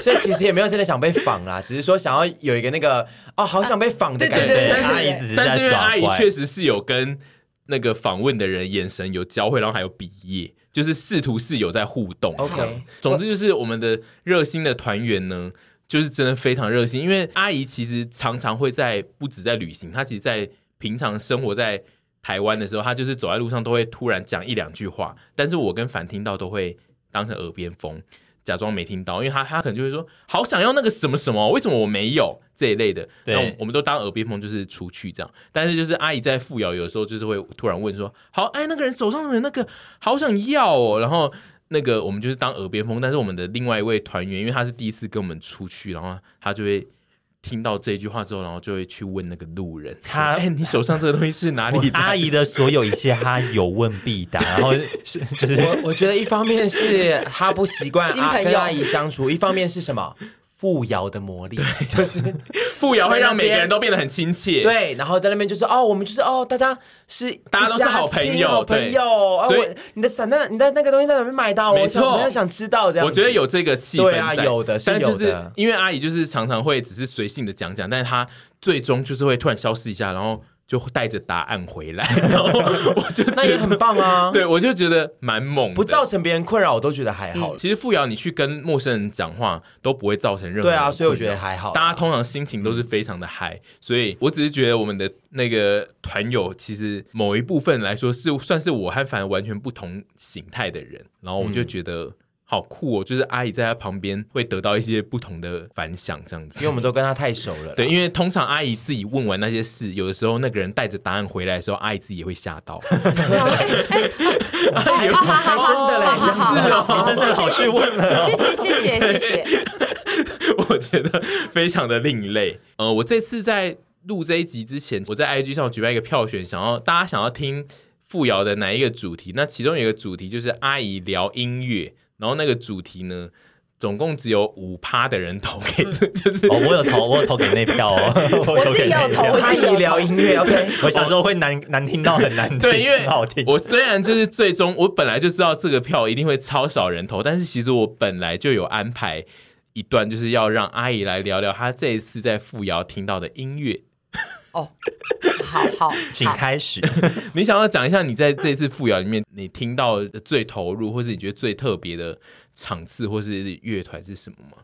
A: 所以其实也没有真的想被仿啦，只是说想要有一个那个哦，好想被仿的感觉。
C: 对对对
D: 阿姨只是
B: 但
D: 在
B: 是因为阿
D: 耍
B: 姨
D: 怪
B: 确。实是有跟那个访问的人眼神有交汇，然后还有比耶，就是试图是有在互动。这样
A: OK，
B: 总之就是我们的热心的团员呢，就是真的非常热心，因为阿姨其实常常会在不止在旅行，她其实在平常生活在台湾的时候，她就是走在路上都会突然讲一两句话，但是我跟凡听到都会当成耳边风。假装没听到，因为他他可能就会说好想要那个什么什么，为什么我没有这一类的。
D: 对
B: 那我们我们都当耳边风，就是出去这样。但是就是阿姨在富瑶，有时候就是会突然问说，好哎，那个人手上的那个好想要哦，然后。那个我们就是当耳边风，但是我们的另外一位团员，因为他是第一次跟我们出去，然后他就会听到这句话之后，然后就会去问那个路人，
D: 他
B: 哎、你手上这个东西是哪里来
D: 阿
B: 的？
D: 姨的所有一切，她有问必答，然后是
B: (laughs)
D: 就是
A: 我我觉得一方面是他不习惯
C: 新
A: 阿
C: 朋友
A: 跟阿姨相处，一方面是什么？富瑶的魔力，就是
B: (laughs) 富瑶会让每个
A: 在那边
B: 人都变得很亲切，
A: 对，然后在那边就是哦，我们就是哦，大家是
B: 大家都是
A: 一亲
B: 好
A: 好
B: 朋友对
A: 朋友。啊
B: 所以
A: 我你的散弹，你的那个东西在哪边买到？
B: 没
A: 我想
B: 错
A: 我要想知道这样。
B: 我觉得，有这个气氛
A: 对啊
B: 在
A: 有的是
B: 但就
A: 有
B: 是
A: 的
B: 因为阿姨就是常常会只是随性的讲讲，但是她最终就是会突然消失一下，然后就带着答案回
A: (laughs)
B: 来，然后我就
A: 那
B: 觉
A: 也很
B: 得，
A: 棒啊。
B: (laughs) 对我就觉得蛮猛的，
A: 不造成别人困扰，我都觉得还好了。
B: 其实富瑶，你去跟陌生人讲话都不会造成任何
A: 对啊，
B: 的
A: 所以我
B: 困
A: 觉得
B: 扰
A: 还好。
B: 大家通常心情都是非常的嗨、所以我只是觉得我们的那个团友其实某一部分来说是算是我和凡完全不同形态的人，然后我就觉得好酷哦，就是阿姨在她旁边会得到一些不同的反响，这样
A: 因为
B: 子
A: 我。们都跟他太熟了啦。
B: 对，因为通常阿姨自己问完那些事，有的时候那个人带着答案回来的时候，阿姨自己也会吓到。
C: 哎
B: 阿姨也会
A: 还真的嘞，
C: 好好
A: 真的
D: 你真是好去问了。
C: 谢谢谢谢谢谢谢谢，
B: 我觉得非常的另类。呃，我这次在录这一集之前，我在 IG 上举办一个票选，想要大家想要听富瑶的哪一个主题？那其中有一个主题就是阿姨聊音乐，然后那个主题呢，总共只有五趴的人投给， (laughs) 就是
D: 哦，我有投，我有投给那票
B: (laughs)
D: 哦，我有投
C: 我自
D: 给
C: 己
D: 那
C: 有投
D: 票。
C: 我
A: 阿
C: 自己
A: 姨
C: 有
A: 聊音乐，OK。
D: 我小时候会难难听到很难听，
B: 对，因为
D: 很好听。
B: 我虽然就是最终，我本来就知道这个票一定会超少人投，但是其实我本来就有安排一段，就是要让阿姨来聊聊她这一次在富瑶听到的音乐。
C: 哦，好好
D: 请
C: 好，
D: 开始。
B: 你想要讲一下你在这次富瑶里面，你听到最投入，或是你觉得最特别的场次，或是乐团是什么吗？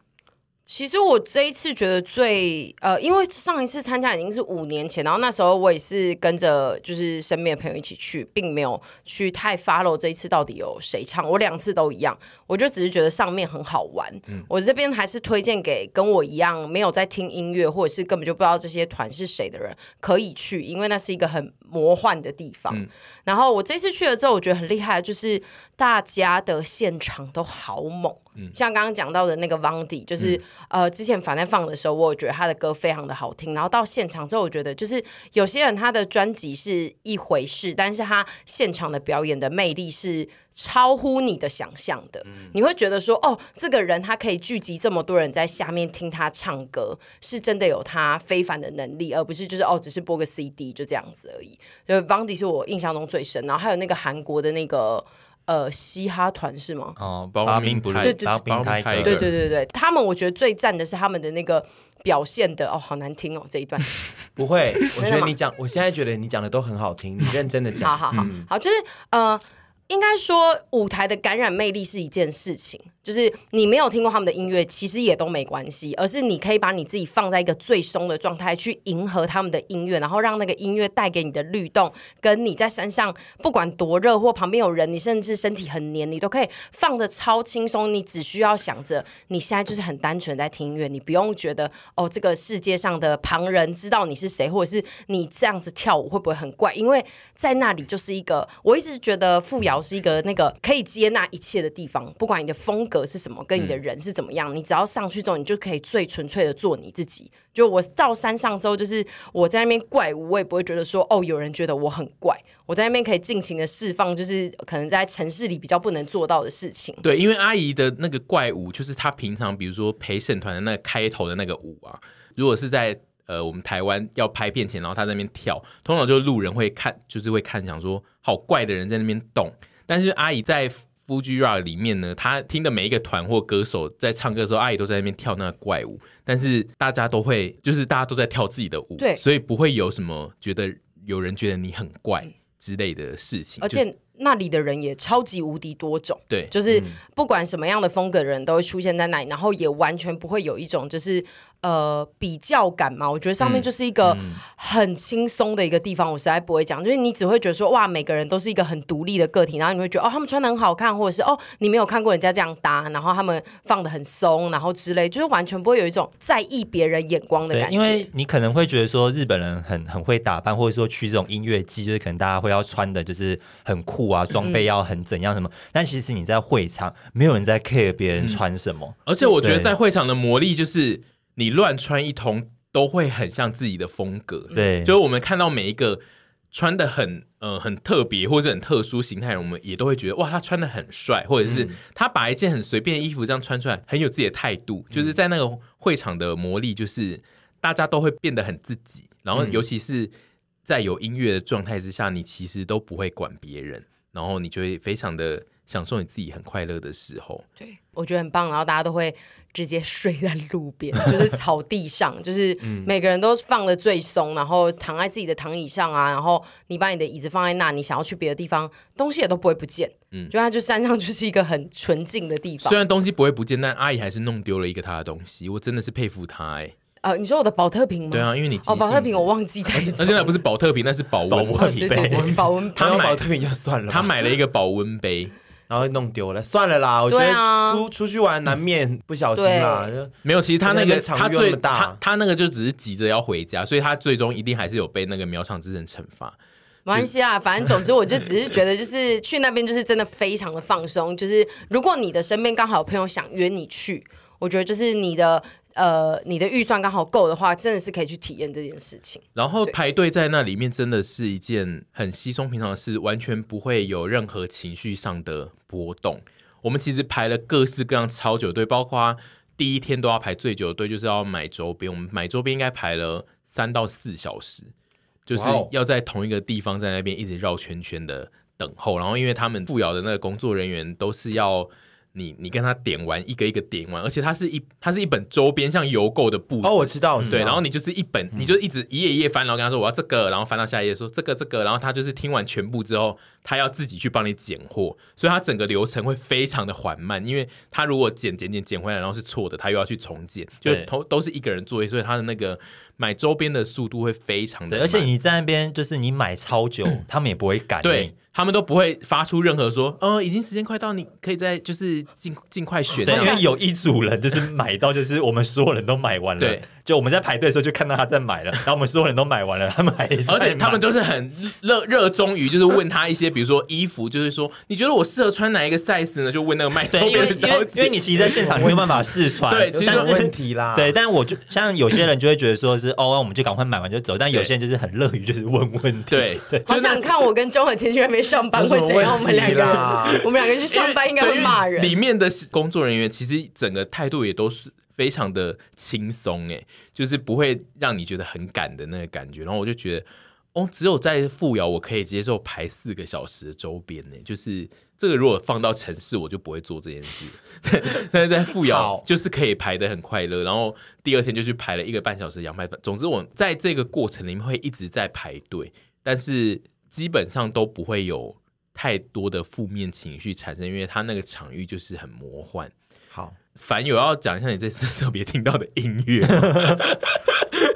C: 其实我这一次觉得最呃，因为上一次参加已经是五年前，然后那时候我也是跟着就是身边的朋友一起去，并没有去太 follow 这一次到底有谁唱，我两次都一样，我就只是觉得上面很好玩。我这边还是推荐给跟我一样没有在听音乐，或者是根本就不知道这些团是谁的人可以去，因为那是一个很魔幻的地方。然后我这次去了之后，我觉得很厉害，就是大家的现场都好猛。像刚刚讲到的那个 Vandy，就是、呃，之前反正放的时候，我有觉得他的歌非常的好听。然后到现场之后，我觉得就是有些人他的专辑是一回事，但是他现场的表演的魅力是超乎你的想象的。你会觉得说，哦，这个人他可以聚集这么多人在下面听他唱歌，是真的有他非凡的能力，而不是就是哦，只是播个 CD 就这样子而已。就是 Vandy 是我印象中最深，然后还有那个韩国的那个呃嘻哈团是吗？
D: 哦，
B: 包
D: 八
B: 明
D: 兵不
B: 泰
D: 是
C: 对对
D: 八兵
B: 包
D: 泰
B: 明泰
D: 格，
C: 对对对对，他们我觉得最赞的是他们的那个表现的哦，好难听哦这一段。
A: 不会，我
C: 真的
A: 觉
C: 吗
A: 得你
B: (laughs)
A: 讲，我现在觉得你讲的都很好听，你认真的
C: 好
A: 讲。
C: 好好、好，就是呃，应该说舞台的感染魅力是一件事情，就是你没有听过他们的音乐，其实也都没关系，而是你可以把你自己放在一个最松的状态去迎合他们的音乐，然后让那个音乐带给你的律动，跟你在山上不管多热或旁边有人，你甚至身体很黏，你都可以放的超轻松，你只需要想着你现在就是很单纯在听音乐，你不用觉得哦，这个世界上的旁人知道你是谁，或者是你这样子跳舞会不会很怪？因为在那里就是一个，我一直觉得富瑶是一个那个可以接纳一切的地方，不管你的风格是什么，跟你的人是怎么样，你只要上去之后，你就可以最纯粹的做你自己。就我到山上之后，就是我在那边怪舞，我也不会觉得说哦，有人觉得我很怪。我在那边可以尽情的释放，就是可能在城市里比较不能做到的事情。
B: 对，因为阿姨的那个怪舞，就是她平常比如说陪审团的那个开头的那个舞啊，如果是在呃我们台湾要拍片前，然后她在那边跳，通常就路人会看，就是会看想说好怪的人在那边动，但是阿姨在。Fuji Rock 里面呢，她听的每一个团或歌手在唱歌的时候，阿姨都在那边跳那个怪舞，但是大家都会，就是大家都在跳自己的舞，
C: 对
B: 所以不会有什么觉得有人觉得你很怪之类的事情，
C: 而
B: 就是
C: 且那里的人也超级无敌多种，
B: 对
C: 就是不管什么样的风格的人都会出现在那里，然后也完全不会有一种就是呃比较感嘛，我觉得上面就是一个很轻松的一个地方，我实在不会讲，就是你只会觉得说哇，每个人都是一个很独立的个体，然后你会觉得哦，他们穿的很好看，或者是哦，你没有看过人家这样搭，然后他们放的很松，然后之类，就是完全不会有一种在意别人眼光的
D: 对
C: 感，觉，
D: 因为你可能会觉得说日本人很很会打扮，或者说去这种音乐季，就是可能大家会要穿的就是很酷啊，装备要很怎样什么。但其实你在会场，没有人在 care 别人穿什么。
B: 而且我觉得
D: 对
B: 在会场的魔力就是，你乱穿一通都会很像自己的风格。
D: 对，
B: 就是我们看到每一个穿的很呃很特别或者很特殊形态的人，我们也都会觉得哇，他穿的很帅，或者
D: 嗯
B: 是他把一件很随便的衣服这样穿出来，很有自己的态度。
D: 嗯
B: 就是在那个会场的魔力，就是大家都会变得很自己，然
D: 嗯
B: 后尤其是在有音乐的状态之下，你其实都不会管别人，然后你就会非常的享受你自己很快乐的时候。
C: 对，我觉得很棒。然后大家都会直接睡在路边， (laughs) 就是草地上，就是
B: 嗯
C: 每个人都放的最松，然后躺在自己的躺椅上啊。然后你把你的椅子放在那，你想要去别的地方，东西也都不会不见。嗯，就它就山上就是一个很纯净的地方
B: 虽。然东西不会不见，但阿姨还是弄丢了一个她的东西，我真的是佩服她哎、
C: 呃，你说我的保特瓶吗？
B: 对啊，因为你
C: 哦，保特
B: 记
C: 瓶
B: 性
C: 我
B: (laughs)
C: 忘记带走
B: 而且那不是保特瓶，那是保温
D: 保
C: 哦
D: 温
B: 瓶。
C: 对对对，保温
B: 他
A: 没有
B: (laughs) 买
A: 保特瓶就算了吧，
B: 他买了一个保温杯，
A: 然后弄丢了，算了啦。我觉
C: 对
A: 得
C: 啊嗯
A: 出出去玩难免不小心啦。就
B: 没有。其实他那
A: 那
B: 个
A: 个场域
B: 他
A: 又
B: 最
A: 那么大
B: 他他那个就只是急着要回家，所以他最终一定还是有被那个苗场之神惩罚。
C: 没关系啦，反正总之我就只是觉得，就是去那边就是真的非常的放松。就是如果你的身边刚好有朋友想约你去，我觉得就是你的呃你的预算刚好够的话，真的是可以去体验这件事情。
B: 然后
C: 对
B: 排队在那里面真的是一件很稀松平常的事，完全不会有任何情绪上的波动。我们其实排了各式各样超久的队，包括第一天都要排最久的队，就是要买周边。我们买周边应该排了三到四小时，就是
A: 哇哦
B: 要在同一个地方在那边一直绕圈圈的等候。然后因为他们富瑶的那个工作人员都是要。你你跟他点完一个一个点完，而且它是一它是一本周边像邮购的布子
A: 哦，我知道，
D: 嗯
A: 我知道。
B: 对，然后你就是一本，你就一直一页一页翻，然后跟他说我要这个，然后翻到下一页说这个这个，然后他就是听完全部之后，他要自己去帮你拣货，所以他整个流程会非常的缓慢，因为他如果剪剪剪剪回来，然后是错的，他又要去重剪，就
D: 对
B: 都都是一个人作业，所以他的那个买周边的速度会非常的
D: 对，
B: 慢，
D: 而且你在那边就是你买超久，他们也不会赶你。
B: 对。他们都不会发出任何说，嗯、已经时间快到，你可以再就是尽尽快选。
D: 对，
B: 这样
D: 因为有一组人就是买到，就是我们所有人都买完了。
B: 对，
D: 就我们在排队的时候就看到他在买了，然后我们所有人都买完了，他们还在
B: 而且他
D: 买
B: 们都是很热热衷于，就是问他一些，比如说衣服，就是说你觉得我适合穿哪一个 size 呢？就问那个卖周
D: (laughs) 对，因
B: 边
D: 为
B: 的
D: 因
B: 小
D: 为因为
B: 姐。
D: 你其实在现场你没有办法试穿，
B: 对
A: 有
B: 其实
A: 什么
D: 但是
A: 问题啦？
D: 对，，但我就像有些人就会觉得说是哦，我们就赶快买完就走，但有
B: 对
D: 些人就是很乐于就是问问题。
B: 对，
C: 好想看我跟钟和天去那边上班会怎
A: (laughs)
C: 样？我们两个
A: 有什么问题
C: 人
A: 啦，
C: 我们两个去
B: (laughs)
C: 上班应该会骂人
B: 对。因为里面的工作人员其实整个态度也都是非常的轻松，哎，就是不会让你觉得很赶的那个感觉。然后我就觉得，哦，只有在富瑶我可以接受排四个小时的周边呢，就是这个如果放到城市我就不会做这件事， (laughs) 但是在富瑶
A: 好
B: 就是可以排的很快乐。然后第二天就去排了一个半小时的羊排饭。总之我在这个过程里面会一直在排队，但是基本上都不会有。太多的负面情绪产生，因为它那个场域就是很魔幻。
A: 好，
B: 凡有要讲一下你这次特别听到的音乐吗，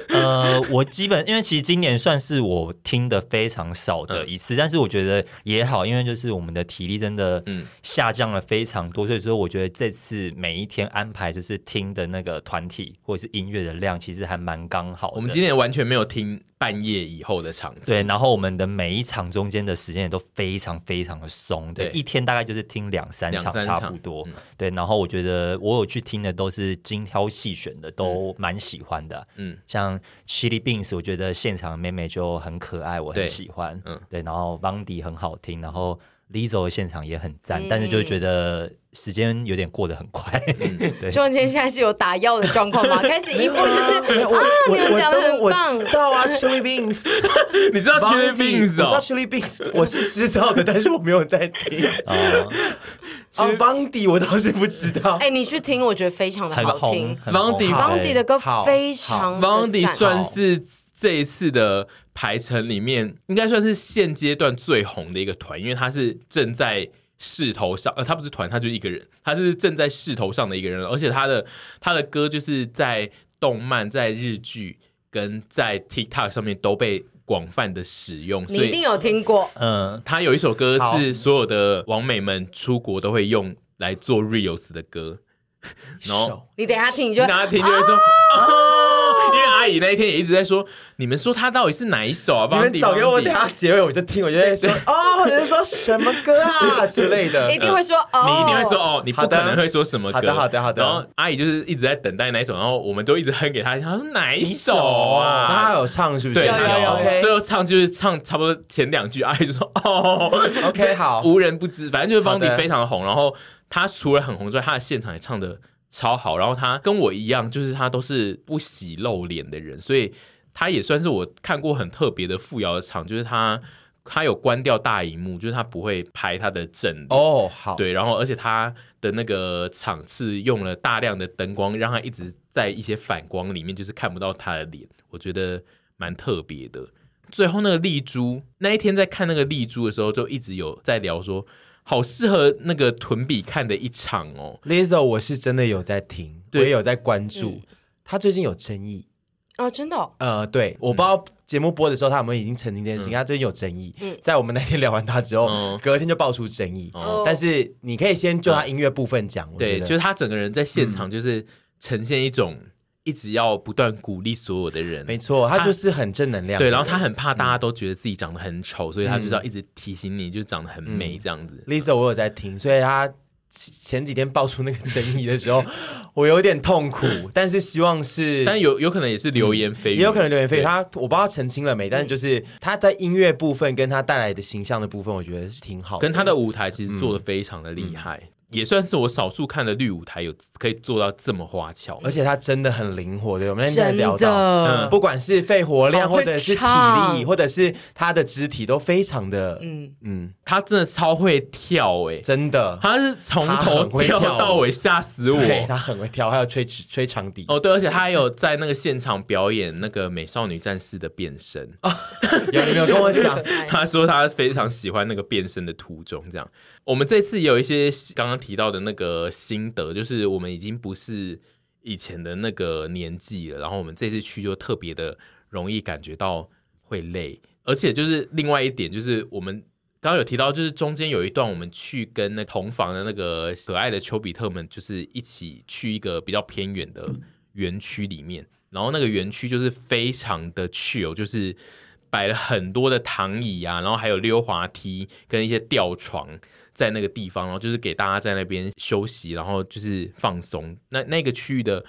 D: 呃，我基本因为其实今年算是我听的非常少的
B: 嗯
D: 一次，但是我觉得也好，因为就是我们的体力真的
B: 嗯
D: 下降了非常多，所以说我觉得这次每一天安排就是听的那个团体或者是音乐的量，其实还蛮刚好的。
B: 我们今年完全没有听半夜以后的场次。
D: 对，然后我们的每一场中间的时间也都非常非常的松，对，
B: 对
D: 一天大概就是听两三场
B: 两三
D: 差
B: 场
D: 不多，
B: 嗯
D: 对。然后我觉得我有去听的都是精挑细选的，都蛮喜欢的。
B: 嗯，
D: 像 Chili Beans，我觉得现场的妹妹就很可爱，我
B: 对
D: 很喜欢。
B: 嗯
D: 嗯，对，然后 Vandy 很好听，然后 Lizzo 的现场也很赞，
C: 嗯
D: 但是就是觉得时间有点过得很快。
B: 嗯
D: 对，
C: 钟和天现在是有打药的状况吗？开始一副就是
A: 啊
C: 啊
A: 我我
C: 你们
A: 我
C: 讲得很
A: 都我
C: 棒
A: 知道啊，Chili
B: (laughs)
A: Beans，
B: 你知道 Chili
A: Bondi，我知
B: Beans
A: 道
B: 哦
A: Chili Beans，我是知道的，但是我没有在听。 (laughs)
D: 哦
A: 啊，邦迪我倒是不知道。
C: 哎，你去听，我觉得非常的
D: 很
C: 好
D: 红
C: 听。
D: 很红
B: Vandy-
D: 对
C: Vandy 的歌
A: 好
C: 非常的
B: ，Vandy
C: 赞
B: 算是这一次的排程里面，应该算是现阶段最红的一个团，因为他是正在势头上，呃，他不是团，他就一个人，他是正在势头上的一个人，而且他的他的歌就是在动漫、在日剧跟在 TikTok 上面都被广泛的使用，
C: 你
B: 所
C: 一
B: 以
C: 定有听过，
D: 嗯，
B: 他有一首歌
A: 好
B: 是所有的网美们出国都会用来做 reels 的歌，然后
A: 手
C: 你等一下听你就
B: 大
C: 会
B: 家听就会说。哦 (laughs) 因为阿姨那一天也一直在说，你们说她到底是哪一首啊？
A: 你
B: 帮
A: 们
B: 地
A: 找给
B: 帮
A: 我，
B: 地
A: 等下结尾我就听，我就会说哦，或者是说什么歌啊之类的。
C: 一定会说哦，
B: 你一定会说哦，你不
A: 好的
B: 可能会说什么歌。
A: 好的好的好的
B: 然后阿姨就是一直在等待哪一首，然后我们都一直哼给她，她说哪一首
A: 然后他
B: 啊？
A: 哦有唱是不是？
B: 对，
C: 有
B: 她
C: 有有
A: ，OK
B: 最后唱就是唱差不多前两句，阿姨就说哦
A: OK，好
B: 无人不知，反正就是邦迪
A: 好的
B: 非常的红。然后她除了很红之外，她的现场也唱的超好。然后她跟我一样，就是她都是不喜露脸的人，所以她也算是我看过很特别的富瑶的场，就是她她有关掉大荧幕，就是她不会拍她的正脸。
A: 哦，好，
B: 对，然后而且它的那个场次用了大量的灯光，让它一直在一些反光里面，就是看不到他的脸，我觉得蛮特别的。最后那个丽珠那一天在看那个丽珠的时候，就一直有在聊说，好适合那个屯比看的一场哦。
A: ，Lizzo，我是真的有在听，我
B: 对嗯
A: 也有在关注。他最近有争议，
C: 哦，真的哦
A: 呃，对，
B: 嗯
A: 我不知道节目播的时候他有没有已经澄清这件事情，他最近有争议。
C: 嗯
A: 在我们那天聊完他之后
B: 嗯，
A: 隔天就爆出争议。
C: 哦
A: 但是你可以先就他音乐部分讲，我觉
B: 对，
A: 得嗯
B: 就是他整个人在现场就是呈现一种一直要不断鼓励所有的人，
A: 没错，他
B: 他
A: 就是很正能量。
B: 对，然后他很怕大
A: 嗯
B: 家都觉得自己长得很丑，所以他就是要一直提醒你，就是长得很
A: 嗯
B: 美这样子。
A: Lisa 我有在听，所以他前前几天爆出那个争议的
B: (laughs)
A: 时候，我有点痛苦，但是希望是。
B: 但有有可能也是流言蜚语，
A: 嗯也有可能流言蜚语，
B: 对
A: 他我不知道澄清了没，但是就是他在音乐部分跟他带来的形象的部分，我觉得是挺好的。
B: 跟他的舞台其实
A: 嗯
B: 做的非常的厉害，也算是我少数看的绿舞台有可以做到这么花俏。
A: 而且他真的很灵活对，我们那天在
C: 真
A: 聊到，嗯
C: 的，
A: 不管是肺活量，
C: 好
A: 或
C: 会
A: 者是体力，
C: 唱
A: 或者是他的肢体，都非常的，
C: 嗯，
A: 嗯，
B: 他真的超会跳哎、
A: 真的，
B: 他是从
A: 他
B: 头
A: 很会
B: 跳
A: 跳
B: 到尾，吓死
A: 对
B: 我。
A: 他很会跳，还有吹吹长笛，
B: 哦，对，而且他还有在那个现场表演那个美少女战士的变身，
A: 有你没有跟我讲
C: 很？可爱
B: 他说他非常喜欢那个变身的途中，这样。我们这次也有一些刚刚提到的那个心得，就是我们已经不是以前的那个年纪了，然后我们这次去就特别的容易感觉到会累，而且就是另外一点就是我们。刚刚有提到，就是中间有一段我们去跟那同房的那个可爱的丘比特们，就是一起去一个比较偏远的园区里面，然后那个园区就是非常的 chill，就是摆了很多的躺椅啊，然后还有溜滑梯跟一些吊床在那个地方，然后就是给大家在那边休息，然后就是放松。那那个区域的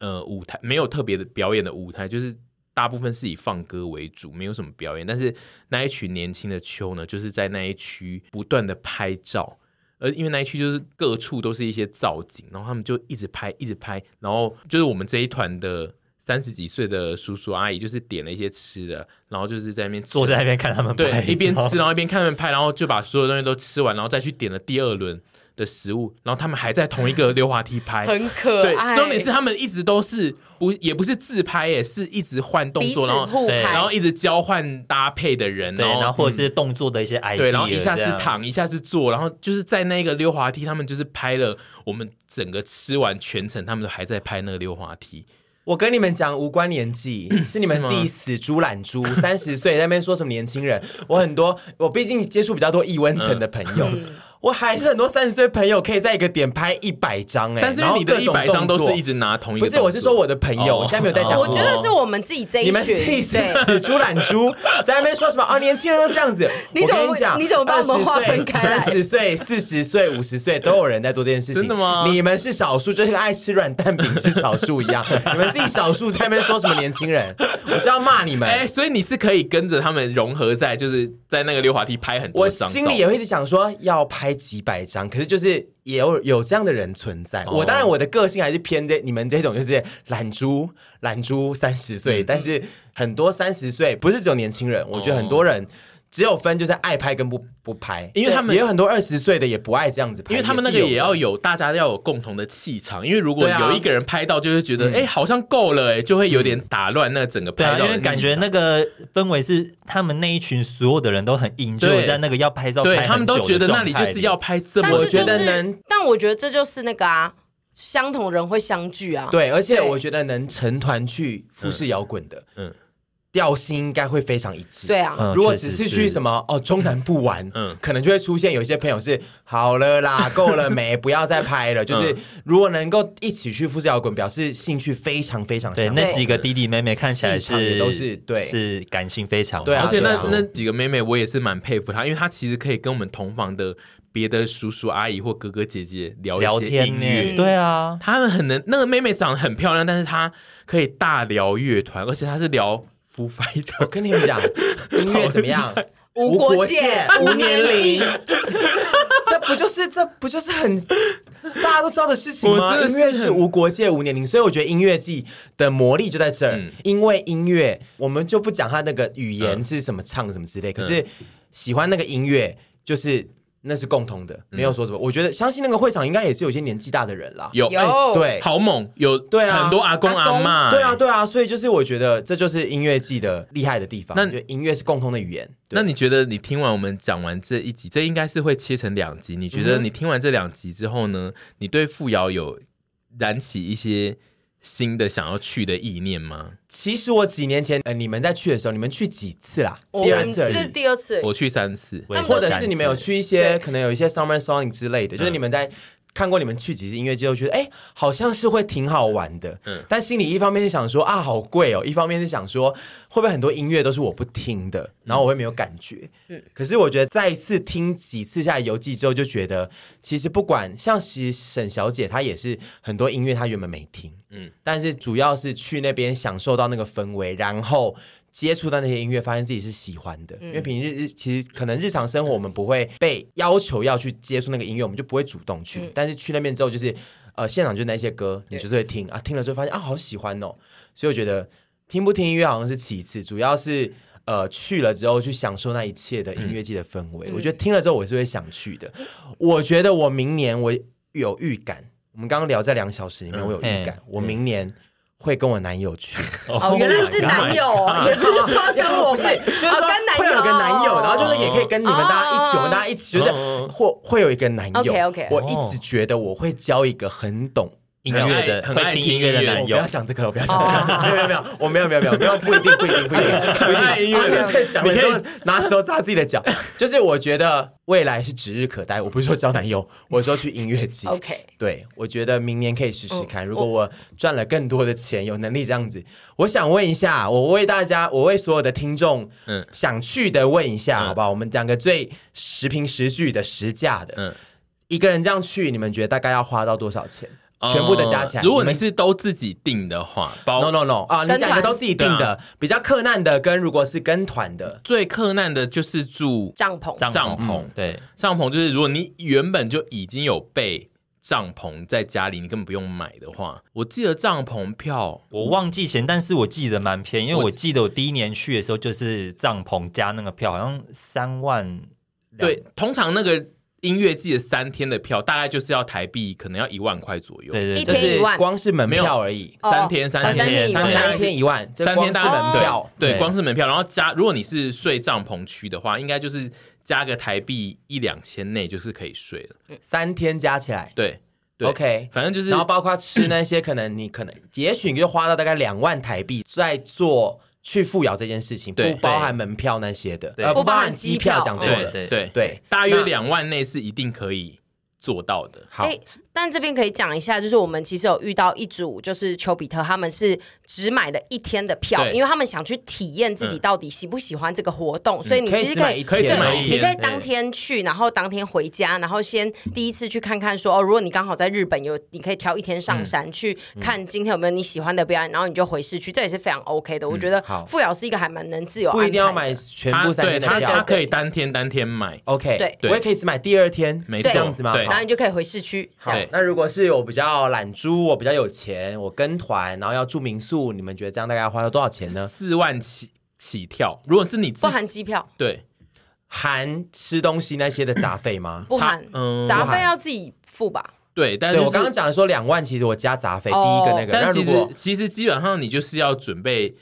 B: 呃舞台没有特别的表演的舞台，就是大部分是以放歌为主，没有什么表演。但是那一群年轻的秋呢，就是在那一区不断的拍照。呃，因为那一区就是各处都是一些造景，然后他们就一直拍，一直拍，然后就是我们这一团的三十几岁的叔叔阿姨，就是点了一些吃的，然后就是在那边吃
D: 坐在那边看他们拍
B: 对，一边
D: 照
B: 吃，然后一边看他们拍，然后就把所有东西都吃完，然后再去点了第二轮的食物，然后他们还在同一个溜滑梯拍。
C: (laughs) (laughs) 很
B: 对
C: 可爱。，
B: 重点是他们一直都是不也不是自拍耶，是一直换动
C: 彼
B: 作，
C: 此
B: 然后
C: 互
D: 对
C: 拍，
B: 然后一直交换搭配的人，
D: 对，然后或者是动作的一些 idea，
B: 嗯对，然后一下
D: 这
B: 是
D: 样，
B: 躺，一下是坐，然后就是在那个溜滑梯，他们就是拍了我们整个吃完全程，他们都还在拍那个溜滑梯。
A: 我跟你们讲，无关年
B: (coughs)
A: 纪，是你们
B: 是吗
A: 自己死猪懒猪。三十岁在那边说什么年轻人，我很多，我毕竟接触比较多异温层的朋友，
B: 嗯
A: 我还是很多三十岁朋友可以在一个点拍一百张哎、
B: 但是
A: 然后
B: 你的
A: 各
B: 一
A: 种
B: 百张
A: 动
B: 都
A: 作
B: 是一直拿同一个
A: 不
B: 动
A: 是，
B: 作，
A: 我是说我的朋友，
B: 哦
A: 我现在没有在讲
C: 我觉得是我们自己这一
A: 你们自己
C: 群，
A: 死
C: 对，
A: (laughs) 死猪懒猪，在那边说什么啊？年轻人都这样子，
C: 你怎么
A: 我跟你讲，
C: 你怎么把我们划分开来
A: 三十岁、四十岁、五十岁都有人在做这件事情，
B: 真的吗
A: 你们是少数，就像爱吃软蛋饼是少数一
B: (laughs)
A: 样，你们自己少数在那边说什么年轻人，我是要骂你们。
B: 哎、所以你是可以跟着他们融合在，就是在那个溜滑梯拍很多
A: 我
B: 张照。
A: 心里也会一直想说要拍几百张，可是就是也有有这样的人存在。
B: 哦
A: 我当然我的个性还是偏这你们这种就是懒猪，懒猪三十
B: 嗯
A: 岁，但是很多三十岁不是只有年轻
B: 哦
A: 人，我觉得很多人只有分就是爱拍跟不不拍，
B: 因为他们
A: 也有很多二十岁的也不爱这样子拍，
B: 因为他们那个也要
A: 是有的。
B: 有大家要有共同的气场，因为如果
A: 对啊嗯
B: 有一个人拍到，就会觉得哎、好像够了、哎，就会有点打乱那个整个
D: 对
B: 拍
D: 啊，
B: 照
D: 因
B: 的
D: 为
B: 气
D: 感觉
B: 场
D: 那个氛围是他们那一群所有的人都很 enjoy
B: 对
D: 在那个要拍照，
B: 对
D: 拍很
B: 他们都
D: 久的
B: 觉得那
D: 状
B: 里就
D: 态
B: 是要拍这
C: 但
B: 么
A: 我
C: 这就
A: 觉
C: 是
A: 得能，
C: 但我觉得这就是那个啊，相同人会相聚啊。
A: 对，而且
C: 对
A: 我觉得能成团去富士摇滚的，
B: 嗯
A: 嗯
B: 嗯，
A: 调性应该会非常一致。
C: 对。啊，
D: 嗯
A: 如果
D: 确
A: 只
D: 实
A: 是
D: 是
A: 去什么哦中南部玩，
B: 嗯
A: 嗯，可能就会出现有一些朋友是好了啦，够了没，不要再拍
D: (laughs)
A: 了。
D: 嗯
A: 就是如果能够一起去富士摇滚，表示兴趣非常非常
D: 对，
A: 相
D: 那
A: 同
D: 几个弟弟妹妹看起来
A: 市场也
D: 是
A: 都是对
D: 是感性非常好，
A: 对啊
B: 而且那
A: 对啊
B: 那几个妹妹，我也是蛮佩服她，因为她其实可以跟我们同房的别的叔叔阿姨或哥哥姐姐聊
D: 聊
B: 一些
D: 天
B: 音
D: 呢，
B: 乐。
D: 对啊，
B: 他们很能，那个妹妹长得很漂亮，但是她可以大聊乐团，而且她是聊 Foo Fighters
A: (laughs) 我跟你们
D: (laughs)
A: 讲，音乐怎么样？
C: 无国界，
A: 嗯
C: 无
A: 无
C: 年
A: 年龄
C: 龄，，
A: 这不就是这不就是很大家都知道的事情吗
B: 我？真的
A: 音
B: 是
A: 乐是无国界、无年龄，所以我觉得音乐季的魔力就在这儿。
B: 嗯
A: 因为音乐，我们就不讲它那个语言是什么、唱什么之类，
B: 嗯
A: 可是喜欢那个音乐就是那是共同的，没有说什么。我觉得相信那个会场应该也是有些年纪大的人啦。
B: 嗯有
C: 有
A: 哎对
B: 好猛，有
A: 对啊
B: 很多阿公
C: 阿公
B: 阿妈，哎
A: 对啊，。对啊，所以就是我觉得这就是音乐季的厉害的地方。
B: 那
A: 就音乐是共同的语言。对
B: 那你觉得你听完我们讲完这一集，这应该是会切成两集？你觉得你听完这两集之后呢，你对富瑶有燃起一些新的想要去的意念吗？
A: 其实我几年前，呃，你们在去的时候，你们去几次啦？
C: 我
A: 第二
C: 们
A: 次而
C: 这
A: 已
C: 是第二次，
B: 我去三次，
C: 他们
A: 或
C: 都
A: 者
C: 三
A: 是你们有嗯去一
C: 对
A: 些可能有一些 summer sonic 之类的，就是你们在。看过你们去几次音乐季后，觉得哎、好像是会挺好玩的。但心里一方面是想说啊，好贵哦；一方面是想说，会不会很多音乐都是我不听的，然后我会没有感觉。可是我觉得再一次听几次下来游记之后，就觉得其实不管像其实沈小姐她也是很多音乐她原本没听，嗯，但是主要是去那边享受到那个氛围，然后。接触到那些音乐，发现自己是喜欢的，因为平日其实可能日常生活我们不会被要求要去接触那个音乐，我们就不会主动去。但是去那边之后，就是呃现场就那些歌，你就是会听啊，听了之后发现啊好喜欢哦，所以我觉得听不听音乐好像是其次，主要是呃去了之后去享受那一切的音乐季的氛围。我觉
C: 嗯
A: 得听了之后我是会想去的。我觉得我明年我有预感，我们刚刚聊在两小时里面，我有预感，我明年会跟我男友去。
C: 哦，原
D: Oh
C: 来是男友，哦
A: (laughs)
C: 也不是说跟我
A: Oh 不是，
C: 们，
A: (laughs) 就是
C: 哦
A: 说
C: 跟男友
A: 会有一个男友，然后就是也可以跟你们
C: 哦
A: 大家一起，我们大家一起就是
B: 哦
A: 或会有一个男友。
C: OK，OK
A: 我一直觉得我会交一个很懂
D: 音乐的
B: 很爱很爱
D: 会听音乐的
B: 听音乐
D: 男
A: 我不要
D: 友，
A: 讲这个了，我不要
C: 哦
A: 讲 (laughs) 这个，没有没有没有，我没有没有没有没有，不一定不一定不一定，
B: 很爱音乐的
A: 可以讲，你
B: 你
A: 可
B: 可以
A: 以拿石头砸自己的脚。就是我觉得未来是指日可待，我不是说交男友，我说去音乐季。
C: OK
A: 对，我觉得明年可以试试看。
C: 嗯
A: 如果我赚了更多的钱，有能力这样子，我想问一下，我为大家，我为所有的听众，
B: 嗯
A: 嗯，想去的问一下，好不好？我们讲个最实凭实据的实价的，
B: 嗯
A: 嗯，一个人这样去，你们觉得大概要花到多少钱？全部的加起来，
B: 呃如果
A: 们
B: 你是都自己定的话，包
A: no no no 啊，你
C: 跟
A: 讲的
C: 团
A: 都自己定
B: 对啊
A: 的，比较克难的跟如果是跟团的，
B: 最克难的就是住
C: 帐篷，
D: 帐
B: 帐篷
D: 嗯对，
B: 帐篷，就是如果你原本就已经有备帐篷在家里，你根本不用买的话，我记得帐篷票
D: 我忘记钱，但是我记得蛮便宜，因为我记得我第一年去的时候就是帐篷加那个票，好像三万。
B: 对，通常那个音乐季的三天的票大概就是要台币可能要一万块左右，
D: 对对
C: 一
A: 就
D: 对，
C: 天
A: 是
C: 一万
A: 光是门票而已，
C: 哦
B: 三天三
D: 天
C: 天以
D: 三
C: 外
D: 天
A: 三天一万，这
B: 三
A: 光
B: 天
A: 是
B: 大概
A: 门
C: 对
A: 票，
B: 对，光是门票，然后加如果你是睡帐篷区的话，应该就是加个台币一两千内就是可以睡了，
A: 三天加起来
B: 对对
A: ，OK。
B: 反正就是
A: 然后包括吃那些，可能你可能也许你就花到大概两万台币在做去富瑶这件事情，
B: 对
A: 不包含门票那些的，
D: 对
A: 呃，
C: 不
A: 不包
C: 包含
A: 含
C: 机
A: 机票
C: 票
A: 讲错
B: 对
A: 了，
B: 对
D: 对
B: 对
A: 对
B: 大约
A: 那
B: 两万内是一定可以做到的。
A: 好，
C: 诶但这边可以讲一下，就是我们其实有遇到一组，就是丘比特，他们是只买了一天的票，
B: 对
C: 因为他们想去体验自己到底喜不喜欢这个活动，所以
A: 嗯
C: 你
A: 可以
C: 其实
A: 只买
C: 可
A: 一天
C: 以对
A: 只买
B: 一
C: 你可以
B: 天
C: 当天去，然后当天回家，然后先第一次去看看说哦，如果你刚好在日本有，你可以挑一天上山、
A: 嗯
C: 去看今天有没有你喜欢的表演，然后你就回市区，这也是非常 OK 的。我觉得
A: 嗯好
C: 富瑶是一个还蛮能自由安排
A: 不
C: 的，
A: 一定要买全
B: 他
A: 部三
B: 对
A: 天的
B: 他
A: 票
B: 他可以单天单天买，
A: ，OK，
C: 对
A: 我也可以只买第二天，
B: 没
A: 是
B: 错
A: 这样子吗？
B: 对
A: 好
C: 然后你就可以回市区。这
A: 好
C: 样
B: 对，
A: 那如果是我比较懒猪，我比较有钱，我跟团，然后要住民宿，你们觉得这样大概要花到多少钱呢？
B: 四万起起跳。如果是你自
C: 不
B: 己
C: 含机票，
B: 对，
A: (laughs) 含吃东西那些的杂费吗？
C: 不含
B: 嗯
C: 杂
A: 不
C: 费
A: 含
C: 要自己付吧？
B: 对，但是、
A: 对
B: 就是、
A: 我刚刚，讲的说两万，其实我加杂费、
C: 哦
A: 第一个那个，
B: 但
A: 那
B: 其
A: 如
B: 实
A: 果
B: 其实基本上你就是要准备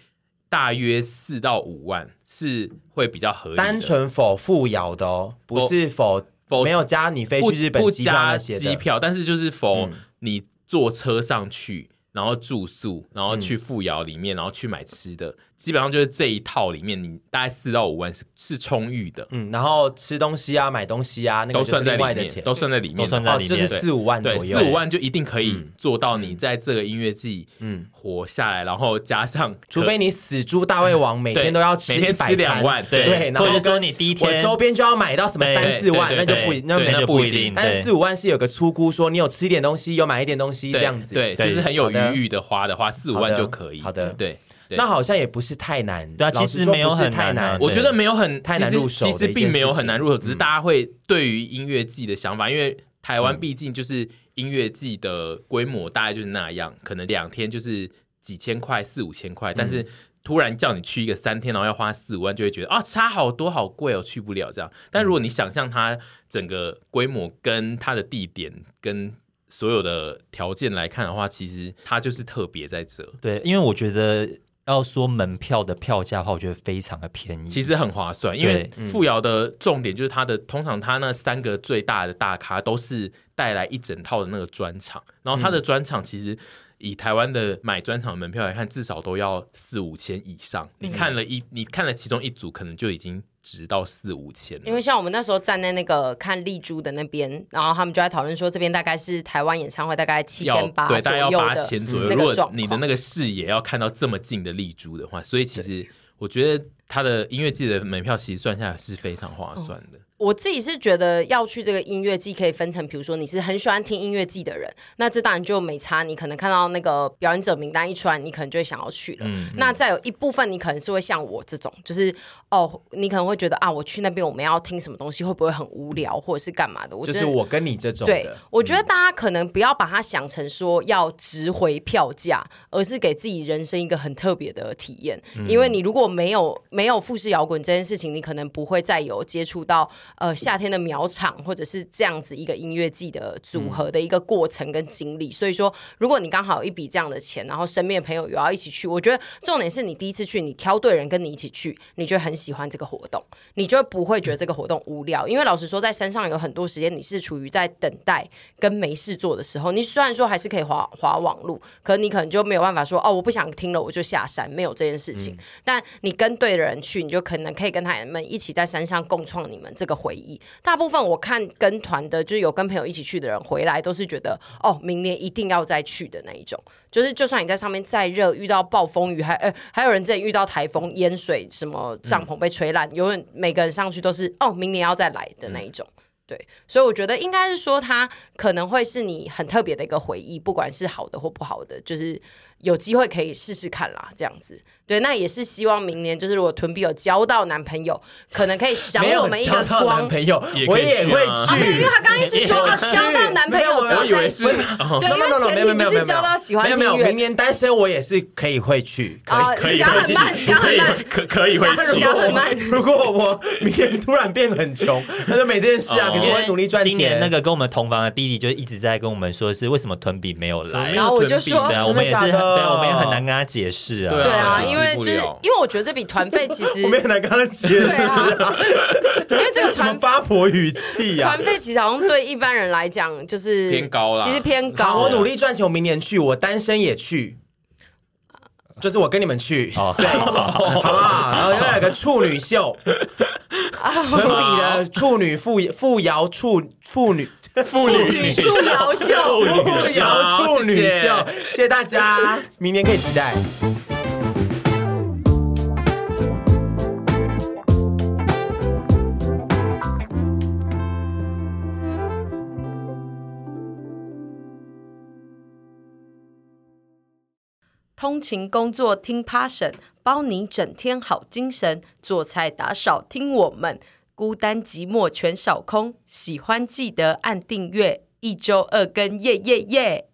B: 大约四到五万是会比较合理的，
A: 单纯否付瑶的哦，不是否
B: 否
A: 没有加你飞
B: 不
A: 去日本
B: 不
A: 机票
B: 加
A: 那些
B: 机
A: 的，嗯
B: 票，但是就是否你坐车上去，然后住宿，然
A: 嗯
B: 后去富瑶里面，然后去买吃的，基本上就是这一套里面，你大概四到五万是是充裕的，
A: 嗯，然后吃东西啊、买东西啊，那个
B: 都
A: 就是
B: 算在
A: 另
B: 里
A: 外的
B: 面，
A: 钱，
B: 都算在里面的，
D: 都算在
A: 哦，
D: 里面
A: 就是
B: 对
A: 四五万左
B: 对，
A: 右，
B: 四五万就一定可以做到
A: 嗯
B: 你在这个音乐季嗯活下来，然后加上
A: (laughs) 除
B: 可
A: 非你死猪大胃王，每天都要吃
B: 每天吃
A: 100餐
B: 两万对哦
A: 对，然
D: 或者
A: 后
D: 是说
A: 跟
D: 你第一
A: 我
D: 天
A: 周边就要买到什么
D: 对
A: 三四万，
B: 对
A: 那
B: 对
A: 就
B: 对
A: 不那
B: 嗯对
A: 没
B: 那
D: 就
B: 不
D: 不
B: 一
D: 一
B: 定
D: 定，
A: 但是四
D: 五
A: 五万是有个粗估，说你有吃一点东西，有买一点东西这
B: 对
A: 样子。
B: 对，
D: 对
B: 就是很有
A: 好的
B: 余裕的花的话，四五
A: 好
B: 万
A: 的
B: 就可以。
A: 好的
B: 对。对
A: 那好像也不是太难。
D: 对啊
A: 老
D: 其
A: 实
D: 实
A: 说
D: 没有
A: 不是
D: 很
A: 太
D: 难啊
B: 我
D: 对
B: 觉得没有很
A: 太难
B: 其实
A: 入手的
B: 其实
A: 一件
B: 并没有
A: 事情嗯
B: 很难入手，只是大家会对于音乐季的想法，因为台
A: 嗯
B: 湾毕竟就是音乐季的规模大概就是那样，可能两天就是几千块、四五千块，但
A: 嗯
B: 是突然叫你去一个三天，然后要花四五万，就会觉得啊差好多，好贵哦，去不了这样。但
A: 嗯
B: 如果你想象它整个规模跟它的地点跟所有的条件来看的话，其实它就是特别在这，
D: 对，因为我觉得要说门票的票价的话，我觉得非常的便宜。
B: 其实很划算，因为富瑶的重点就是它的，通常它那三个最大的大咖都是带来一整套的那个专场，然后它的专场其实以台湾的买专场的门票来看，至少都要四五千以上。你看了一，你看了其中一组，可能就已经值到四五千了，
C: 因为像我们那时候站在那个看丽珠的那边，然后他们就在讨论说，这边大概是台湾演唱会大概七
B: 要
C: 千八
B: 对大概要
C: 右
B: 八
C: 的嗯
B: 千左右。
C: 那
B: 如
C: 个状
B: 果
C: 况。
B: 你的那个视野要看到这么近的丽珠的话，所以其实我觉得它的音乐季的门票其实算下来是非常划算的。
C: 我自己是觉得要去这个音乐季，可以分成，比如说你是很喜欢听音乐季的人，那这当然就没差。你可能看到那个表演者名单一出来，你可能就会想要去了。
B: 嗯
C: 那再有一部分，你可能是会像我这种，就是哦，你可能会觉得啊，我去那边我们要听什么东西，会不会很无聊，或者是干嘛的？我
A: 就
C: 真
A: 是
C: 的
A: 我跟你这种
C: 对
A: 的，，嗯
C: 我觉得大家可能不要把它想成说要值回票价，而是给自己人生一个很特别的体验。
A: 嗯
C: 因为你如果没有没有富士摇滚这件事情，你可能不会再有接触到呃夏天的苗场或者是这样子一个音乐季的组合的一个过程跟经历。所以说，如果你刚好有一笔这样的钱，然后身边的朋友也要一起去，我觉得重点是你第一次去，你挑对人跟你一起去，你就会很喜欢这个活动。你就不会觉得这个活动无聊。因为老实说，在山上有很多时间你是处于在等待跟没事做的时候，你虽然说还是可以滑滑网路，可你可能就没有办法说哦，我不想听了，我就下山，没有这件事情。但你跟对的人去，你就可能可以跟他们一起在山上共创你们这个回忆。大部分我看跟团的，就是有跟朋友一起去的人回来，都是觉得哦，明年一定要再去的那一种。就是就算你在上面再热，遇到暴风雨，还呃还有人之前遇到台风淹水，什么
A: 嗯
C: 帐篷被吹烂，永远每个人上去都是哦，明年要再来的
A: 嗯
C: 那一种。对，所以我觉得应该是说，它可能会是你很特别的一个回忆，不管是好的或不好的，就是有机会可以试试看啦，这样子。对，那也是希望明年，就是如果屯比有交到男朋友，可能可以赏
A: 没
C: 我
A: 有
C: 们一
A: 交
C: 个
A: 到
C: 光
A: 男。朋友
B: 也，可
A: 我
B: 以
A: 也
B: 去
A: 会
B: 啊
A: 去。
C: 啊，对，因为他刚刚一直说啊，交到男朋友之后
B: 我以为
C: 再
B: 是
C: 去，对，
A: No,
C: 因
A: no,
C: 为
A: no, 哦
C: 前
A: 没有
C: 提
A: 没
C: 不
A: 有没有
C: 是交到喜欢
A: 没有
C: 听
A: 没有，
C: 音乐
A: 明年单身我也是可以会去，可以
C: 哦
B: 可以
C: 讲
B: (laughs) 可
C: 很
B: 以
C: 慢，讲
B: 可
C: 很
B: 以
C: 慢，
B: 可可以回
C: 讲
B: 去
C: 很讲很慢。
A: (laughs) 如果我明年突然变很穷，那就没这件事啊。
B: 哦
A: 可是我会努力赚钱。
D: 今年那个跟我们同房的弟弟就一直在跟我们说，是为什么屯比没有来
C: 然？后我就说
D: 对啊，
A: 真的
D: 我们也是
A: 假
D: 很，
A: 的
D: 对啊，我们也很难跟他解释啊。
B: 对
C: 对啊，
B: 解释
C: 因为
B: 不
C: 就是
B: 了
C: 因为我觉得这笔团费其
B: (laughs)
C: 实
A: 我没有来刚刚接，
C: 对 (laughs) 啊，因为这个
A: 什么
C: 团
A: 八婆语气啊呀、
C: 团费其实好像对一般人来讲就是
B: 偏高啦啊
C: 其实偏
A: 好，
C: 高
A: 我。努力赚钱，我明年去，我单身也去，就是我跟你们去，
D: 哦
A: 对， (laughs) 好不好？然后要有个处女秀，屯比的处女富富瑶处处女
B: 妇
C: 女处摇秀，
A: 富瑶处女秀，谢谢大家，明年可以期待。
C: 通勤工作听 Passion，包你整天好精神；做菜打扫听我们，孤单寂寞全扫空。喜欢记得按订阅，一周二更，耶耶耶！